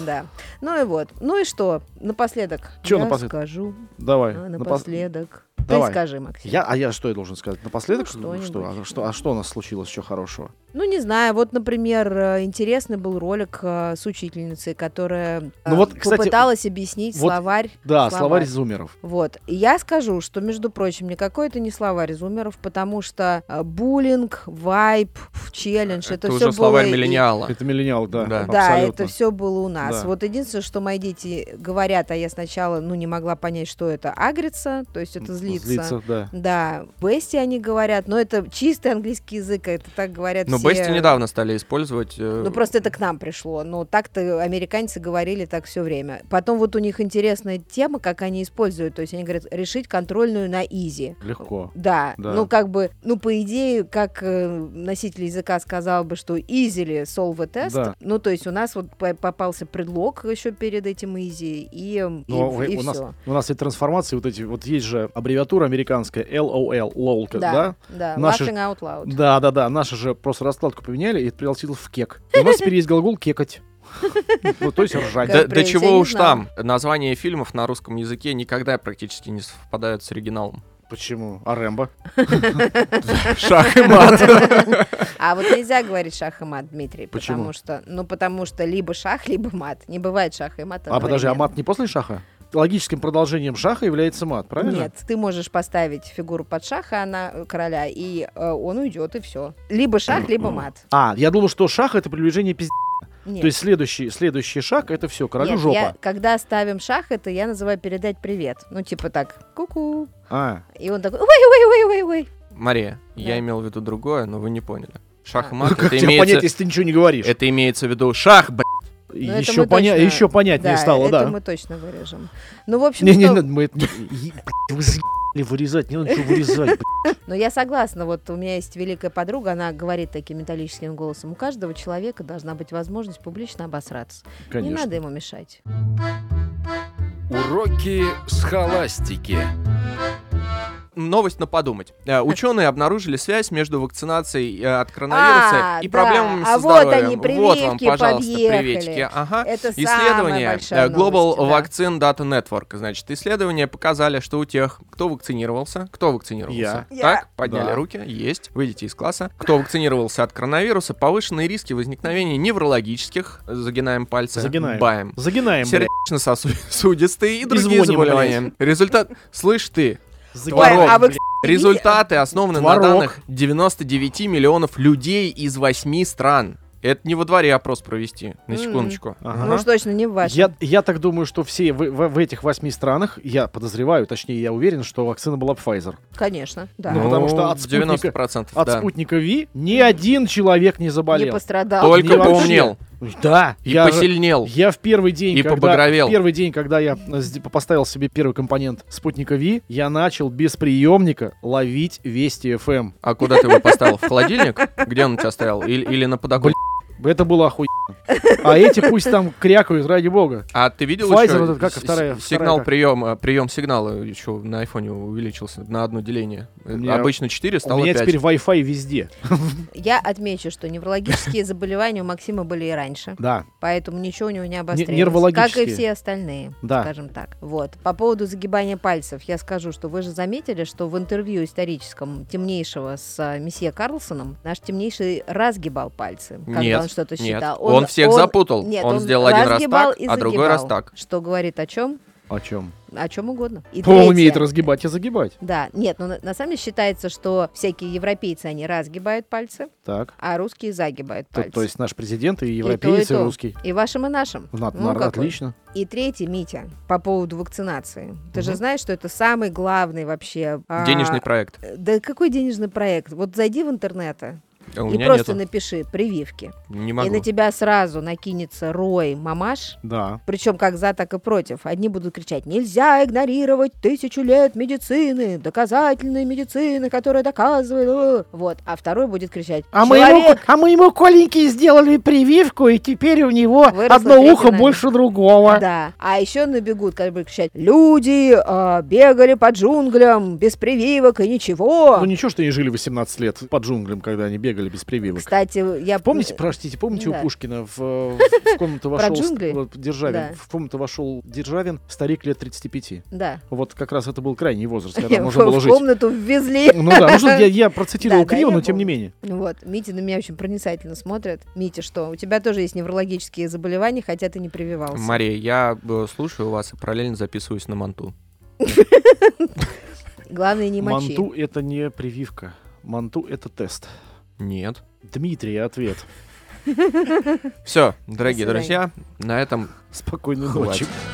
Speaker 2: да. Ну и вот. Ну и что? Напоследок.
Speaker 3: Чё
Speaker 2: я
Speaker 3: напоследок?
Speaker 2: скажу.
Speaker 3: Давай.
Speaker 2: а,
Speaker 3: напос-
Speaker 2: напоследок.
Speaker 3: Давай.
Speaker 2: Ты скажи, Максим.
Speaker 3: Я, а я что я должен сказать? Напоследок
Speaker 2: Ну,
Speaker 3: что?
Speaker 2: что-нибудь.
Speaker 3: А, что? а что у нас случилось еще хорошего?
Speaker 2: Ну, не знаю, вот, например, э, интересный был ролик э, с учительницей, которая э,
Speaker 3: Ну вот, кстати,
Speaker 2: попыталась объяснить
Speaker 3: вот-
Speaker 2: словарь
Speaker 3: Да,
Speaker 2: Словарь.
Speaker 3: словарь зумеров.
Speaker 2: Вот. И я скажу, что, между прочим, никакой это не словарь зумеров, потому что э, буллинг, вайп, ф, челлендж,
Speaker 1: Это
Speaker 2: это, все
Speaker 1: уже
Speaker 2: было
Speaker 1: слова
Speaker 2: и-
Speaker 1: миллениала.
Speaker 3: Это миллениал, да.
Speaker 1: Да.
Speaker 2: Да,
Speaker 3: абсолютно.
Speaker 2: это все было у нас.
Speaker 3: Да.
Speaker 2: Вот единственное, что мои дети говорят, а я сначала, ну, не могла понять, что это агрится, то есть это злится.
Speaker 3: Злится, да.
Speaker 2: Да, бести они говорят, но это чистый английский язык, а это так говорят
Speaker 1: Но
Speaker 3: Ну,
Speaker 2: все.
Speaker 1: Бести недавно стали использовать. э,
Speaker 2: Ну, просто это к нам пришло. Но так-то американцы говорили так все время. Потом вот у них интересная тема, как они используют. То есть они говорят, решить контрольную на изи.
Speaker 3: Легко.
Speaker 2: Да.
Speaker 3: Да.
Speaker 2: ну как бы, ну по идее, как э, носитель языка сказал бы, что easily solve a test,
Speaker 3: Да.
Speaker 2: ну то есть у нас вот по- попался предлог еще перед этим easy, и, эм, и,
Speaker 3: Ну, а
Speaker 2: и
Speaker 3: у, у нас,
Speaker 2: всё.
Speaker 3: у нас эти трансформации, вот эти, вот есть же аббревиатура американская, LOL, лолка, да?
Speaker 2: да, да,
Speaker 3: Наши-
Speaker 2: laughing out loud.
Speaker 3: Да, да, да. Наши же просто раскладку поменяли, и это превратилось
Speaker 2: [LAUGHS]
Speaker 3: в кек. И у нас теперь есть глагол кекать. Ну, то есть ржать.
Speaker 1: Да,
Speaker 2: Как
Speaker 1: до
Speaker 2: пройти, я
Speaker 1: чего
Speaker 2: не
Speaker 1: уж
Speaker 2: знала.
Speaker 1: там. Названия фильмов на русском языке никогда практически не совпадают с оригиналом.
Speaker 3: Почему?
Speaker 2: [LAUGHS]
Speaker 3: А Рэмбо?
Speaker 1: Шах и мат.
Speaker 2: А вот нельзя говорить шах и мат, Дмитрий,
Speaker 3: Почему?
Speaker 2: потому что, ну потому что либо шах, либо мат, не бывает шаха и мат.
Speaker 3: А подожди, а мат не после шаха? Логическим продолжением шаха является мат, правильно?
Speaker 2: Нет, ты можешь поставить фигуру под шах, а она э, короля, и э, он уйдет, и все. Либо шах, либо мат.
Speaker 3: А, я думал, что шах это приближение пизд...
Speaker 2: Нет.
Speaker 3: То есть следующий, следующий шаг это все, королю
Speaker 2: Нет,
Speaker 3: жопа.
Speaker 2: я- когда ставим шах, это я называю передать привет. Ну, типа так, ку-ку.
Speaker 3: А,
Speaker 2: И он такой, ой-ой-ой-ой-ой.
Speaker 1: Мария,
Speaker 2: Да.
Speaker 1: я имел в виду другое, но вы не поняли. Шах и
Speaker 2: А.
Speaker 1: мат
Speaker 3: [LAUGHS] как
Speaker 1: Ну,
Speaker 2: [LAUGHS]
Speaker 1: это
Speaker 3: тебе понять,
Speaker 1: имеется...
Speaker 3: если ты ничего не говоришь?
Speaker 1: Это имеется в виду шах, блядь.
Speaker 2: Ну, это
Speaker 3: еще,
Speaker 2: мы
Speaker 3: поня...
Speaker 2: точно-
Speaker 3: еще понятнее
Speaker 2: Да,
Speaker 3: стало,
Speaker 2: это
Speaker 3: да.
Speaker 2: мы точно вырежем. Ну, в общем,
Speaker 3: Не, не,
Speaker 2: что-
Speaker 3: не, мы это... [LAUGHS] Е- блядь, Вы заебали вырезать, не надо ничего вырезать. блядь.
Speaker 2: но я согласна, вот у меня есть великая подруга, она говорит таким металлическим голосом, у каждого человека должна быть возможность публично обосраться. Не
Speaker 3: Конечно.
Speaker 2: надо ему мешать.
Speaker 4: Уроки схоластики.
Speaker 1: Новость на подумать. Э, Ученые обнаружили связь между вакцинацией э, от коронавируса
Speaker 2: А,
Speaker 1: и
Speaker 2: да.
Speaker 1: проблемами
Speaker 2: А
Speaker 1: со
Speaker 2: вот
Speaker 1: здоровьем.
Speaker 2: они,
Speaker 1: вот вам,
Speaker 2: прививки
Speaker 1: пожалуйста,
Speaker 2: подъехали.
Speaker 1: приветики. Ага.
Speaker 2: Это самая
Speaker 1: Исследование
Speaker 2: большая
Speaker 1: э, Global
Speaker 2: новость,
Speaker 1: Vaccine Data Network. Значит, исследования показали, что у тех, кто вакцинировался, кто вакцинировался,
Speaker 2: Я.
Speaker 1: так, подняли
Speaker 3: Да.
Speaker 1: руки, есть, выйдите из класса, кто вакцинировался от коронавируса, повышенные риски возникновения неврологических, загинаем пальцы,
Speaker 3: Загинаем.
Speaker 1: баем,
Speaker 3: Загинаем, блядь.
Speaker 1: сердечно-сосудистые и другие
Speaker 3: звоним,
Speaker 1: заболевания. Результат, слышь ты,
Speaker 3: Загинаем,
Speaker 1: Творог,
Speaker 2: а вы,
Speaker 3: блядь.
Speaker 1: результаты основаны
Speaker 3: Творог.
Speaker 1: на данных 99 миллионов людей из 8 стран. Это не во дворе опрос провести, на
Speaker 2: М.
Speaker 1: секундочку.
Speaker 3: Ага.
Speaker 2: Ну уж точно не в вашем.
Speaker 3: Я, я так думаю, что все в, в- в этих восьми странах, я подозреваю, точнее, я уверен, что вакцина была Pfizer.
Speaker 2: Конечно, да.
Speaker 3: Ну, потому что от спутника-
Speaker 1: 90%,
Speaker 3: От
Speaker 1: да.
Speaker 3: спутника Ви ни один человек не
Speaker 2: не
Speaker 3: заболел.
Speaker 2: пострадал.
Speaker 1: Только
Speaker 3: Не вообще.
Speaker 1: поумнел
Speaker 3: Да,
Speaker 1: и
Speaker 3: я, же-
Speaker 1: посильнел.
Speaker 3: я в первый день,
Speaker 1: И
Speaker 3: когда,
Speaker 1: побагровел.
Speaker 3: в первый день, когда я э, сде- поставил себе первый компонент спутника Ви, я начал без приемника ловить Вести Эм. ФМ.
Speaker 1: А куда ты его поставил? В холодильник? Где он у тебя стоял? Или, или на подоконник?
Speaker 2: [LAUGHS]
Speaker 3: Это было охуенно. А эти пусть там крякают, ради бога.
Speaker 1: А ты видел
Speaker 3: Pfizer,
Speaker 1: еще
Speaker 3: вот это как,
Speaker 1: с-
Speaker 3: вторая-
Speaker 1: с-
Speaker 3: вторая
Speaker 1: сигнал
Speaker 3: как?
Speaker 1: приема, прием сигнала еще на айфоне увеличился на одно деление.
Speaker 3: У меня-
Speaker 1: Обычно 4
Speaker 3: У
Speaker 1: стало
Speaker 3: меня
Speaker 1: 5.
Speaker 3: теперь Wi-Fi везде.
Speaker 2: Я отмечу, что неврологические заболевания у Максима были и раньше,
Speaker 3: Да,
Speaker 2: поэтому ничего у него не обострилось. Как
Speaker 3: нервологические.
Speaker 2: и все остальные,
Speaker 3: Да.
Speaker 2: скажем так. Вот. По поводу загибания пальцев, я скажу, что вы же заметили, что в интервью историческом темнейшего с а, месье Карлсоном наш темнейший разгибал пальцы, когда
Speaker 1: Нет,
Speaker 2: он что-то
Speaker 1: Нет,
Speaker 2: считал.
Speaker 1: он, всех запутал.
Speaker 2: Нет,
Speaker 1: он, сделал один раз
Speaker 2: разгибал
Speaker 1: так,
Speaker 2: и
Speaker 1: а другой раз
Speaker 2: загибал,
Speaker 1: так.
Speaker 2: Что говорит о чем?
Speaker 3: о чем?
Speaker 2: О чем угодно. И
Speaker 3: Он умеет
Speaker 2: третье.
Speaker 3: разгибать и загибать.
Speaker 2: Да, нет, но на, на самом деле считается, что всякие европейцы, они разгибают пальцы,
Speaker 3: Так.
Speaker 2: а русские загибают
Speaker 3: То,
Speaker 2: пальцы.
Speaker 3: то есть наш президент и
Speaker 2: И то,
Speaker 3: европеец, и,
Speaker 2: то.
Speaker 3: русский.
Speaker 2: И вашим, и нашим.
Speaker 3: На-
Speaker 2: Ну,
Speaker 3: на-
Speaker 2: какой?
Speaker 3: отлично.
Speaker 2: И третий, Митя, по поводу вакцинации. Ты же
Speaker 3: Мгм.
Speaker 2: знаешь, что это самый главный вообще... а,
Speaker 1: Денежный проект.
Speaker 2: Да какой денежный проект? Вот зайди в интернет
Speaker 1: А У
Speaker 2: и
Speaker 1: меня
Speaker 2: просто
Speaker 1: нету.
Speaker 2: напиши «прививки».
Speaker 1: Не
Speaker 2: И на
Speaker 1: могу.
Speaker 2: тебя сразу накинется рой мамаш,
Speaker 3: Да.
Speaker 2: причем как за, так и против. Одни будут кричать, нельзя игнорировать тысячу лет медицины, доказательной медицины, которая доказывает. э». Вот. А второй будет кричать,
Speaker 3: А мы,
Speaker 2: «Человек,
Speaker 3: ему, а мы ему Коленьке сделали прививку, и теперь у него
Speaker 2: Выросло
Speaker 3: одно
Speaker 2: третье
Speaker 3: ухо
Speaker 2: на-
Speaker 3: больше другого.
Speaker 2: Да. А еще набегут, как бы кричать, люди э, бегали по джунглям без прививок и ничего.
Speaker 3: Ну ничего, что они жили 18 лет под джунглям, когда они бегали без прививок.
Speaker 2: Кстати, я
Speaker 3: Помните, простите, помните у
Speaker 2: Да.
Speaker 3: Пушкина в,
Speaker 2: [LAUGHS]
Speaker 3: э, в комнату
Speaker 2: Про
Speaker 3: вошел
Speaker 2: джунгли?
Speaker 3: вот, Державин,
Speaker 2: Да.
Speaker 3: в комнату вошел Державин, старик лет 35.
Speaker 2: Да.
Speaker 3: Вот как раз это был крайний возраст,
Speaker 2: [LAUGHS]
Speaker 3: когда
Speaker 2: Я в
Speaker 3: можно было
Speaker 2: в
Speaker 3: жить.
Speaker 2: комнату ввезли.
Speaker 3: Ну да, ну что,
Speaker 2: [LAUGHS]
Speaker 3: я, я процитировал
Speaker 2: Да, да,
Speaker 3: криво,
Speaker 2: я
Speaker 3: но тем не
Speaker 2: помню.
Speaker 3: менее.
Speaker 2: Вот. Митя на меня очень проницательно смотрит. Митя, что? У тебя тоже есть неврологические заболевания, хотя ты не прививался.
Speaker 1: Мария, я э, слушаю вас и параллельно записываюсь на манту.
Speaker 2: Главное, не мочи.
Speaker 3: Манту это не прививка, манту это тест.
Speaker 1: Нет.
Speaker 3: Дмитрий, ответ.
Speaker 1: Все, дорогие
Speaker 2: До
Speaker 1: друзья, на этом
Speaker 3: Спокойной
Speaker 1: Хватит.
Speaker 3: ночи.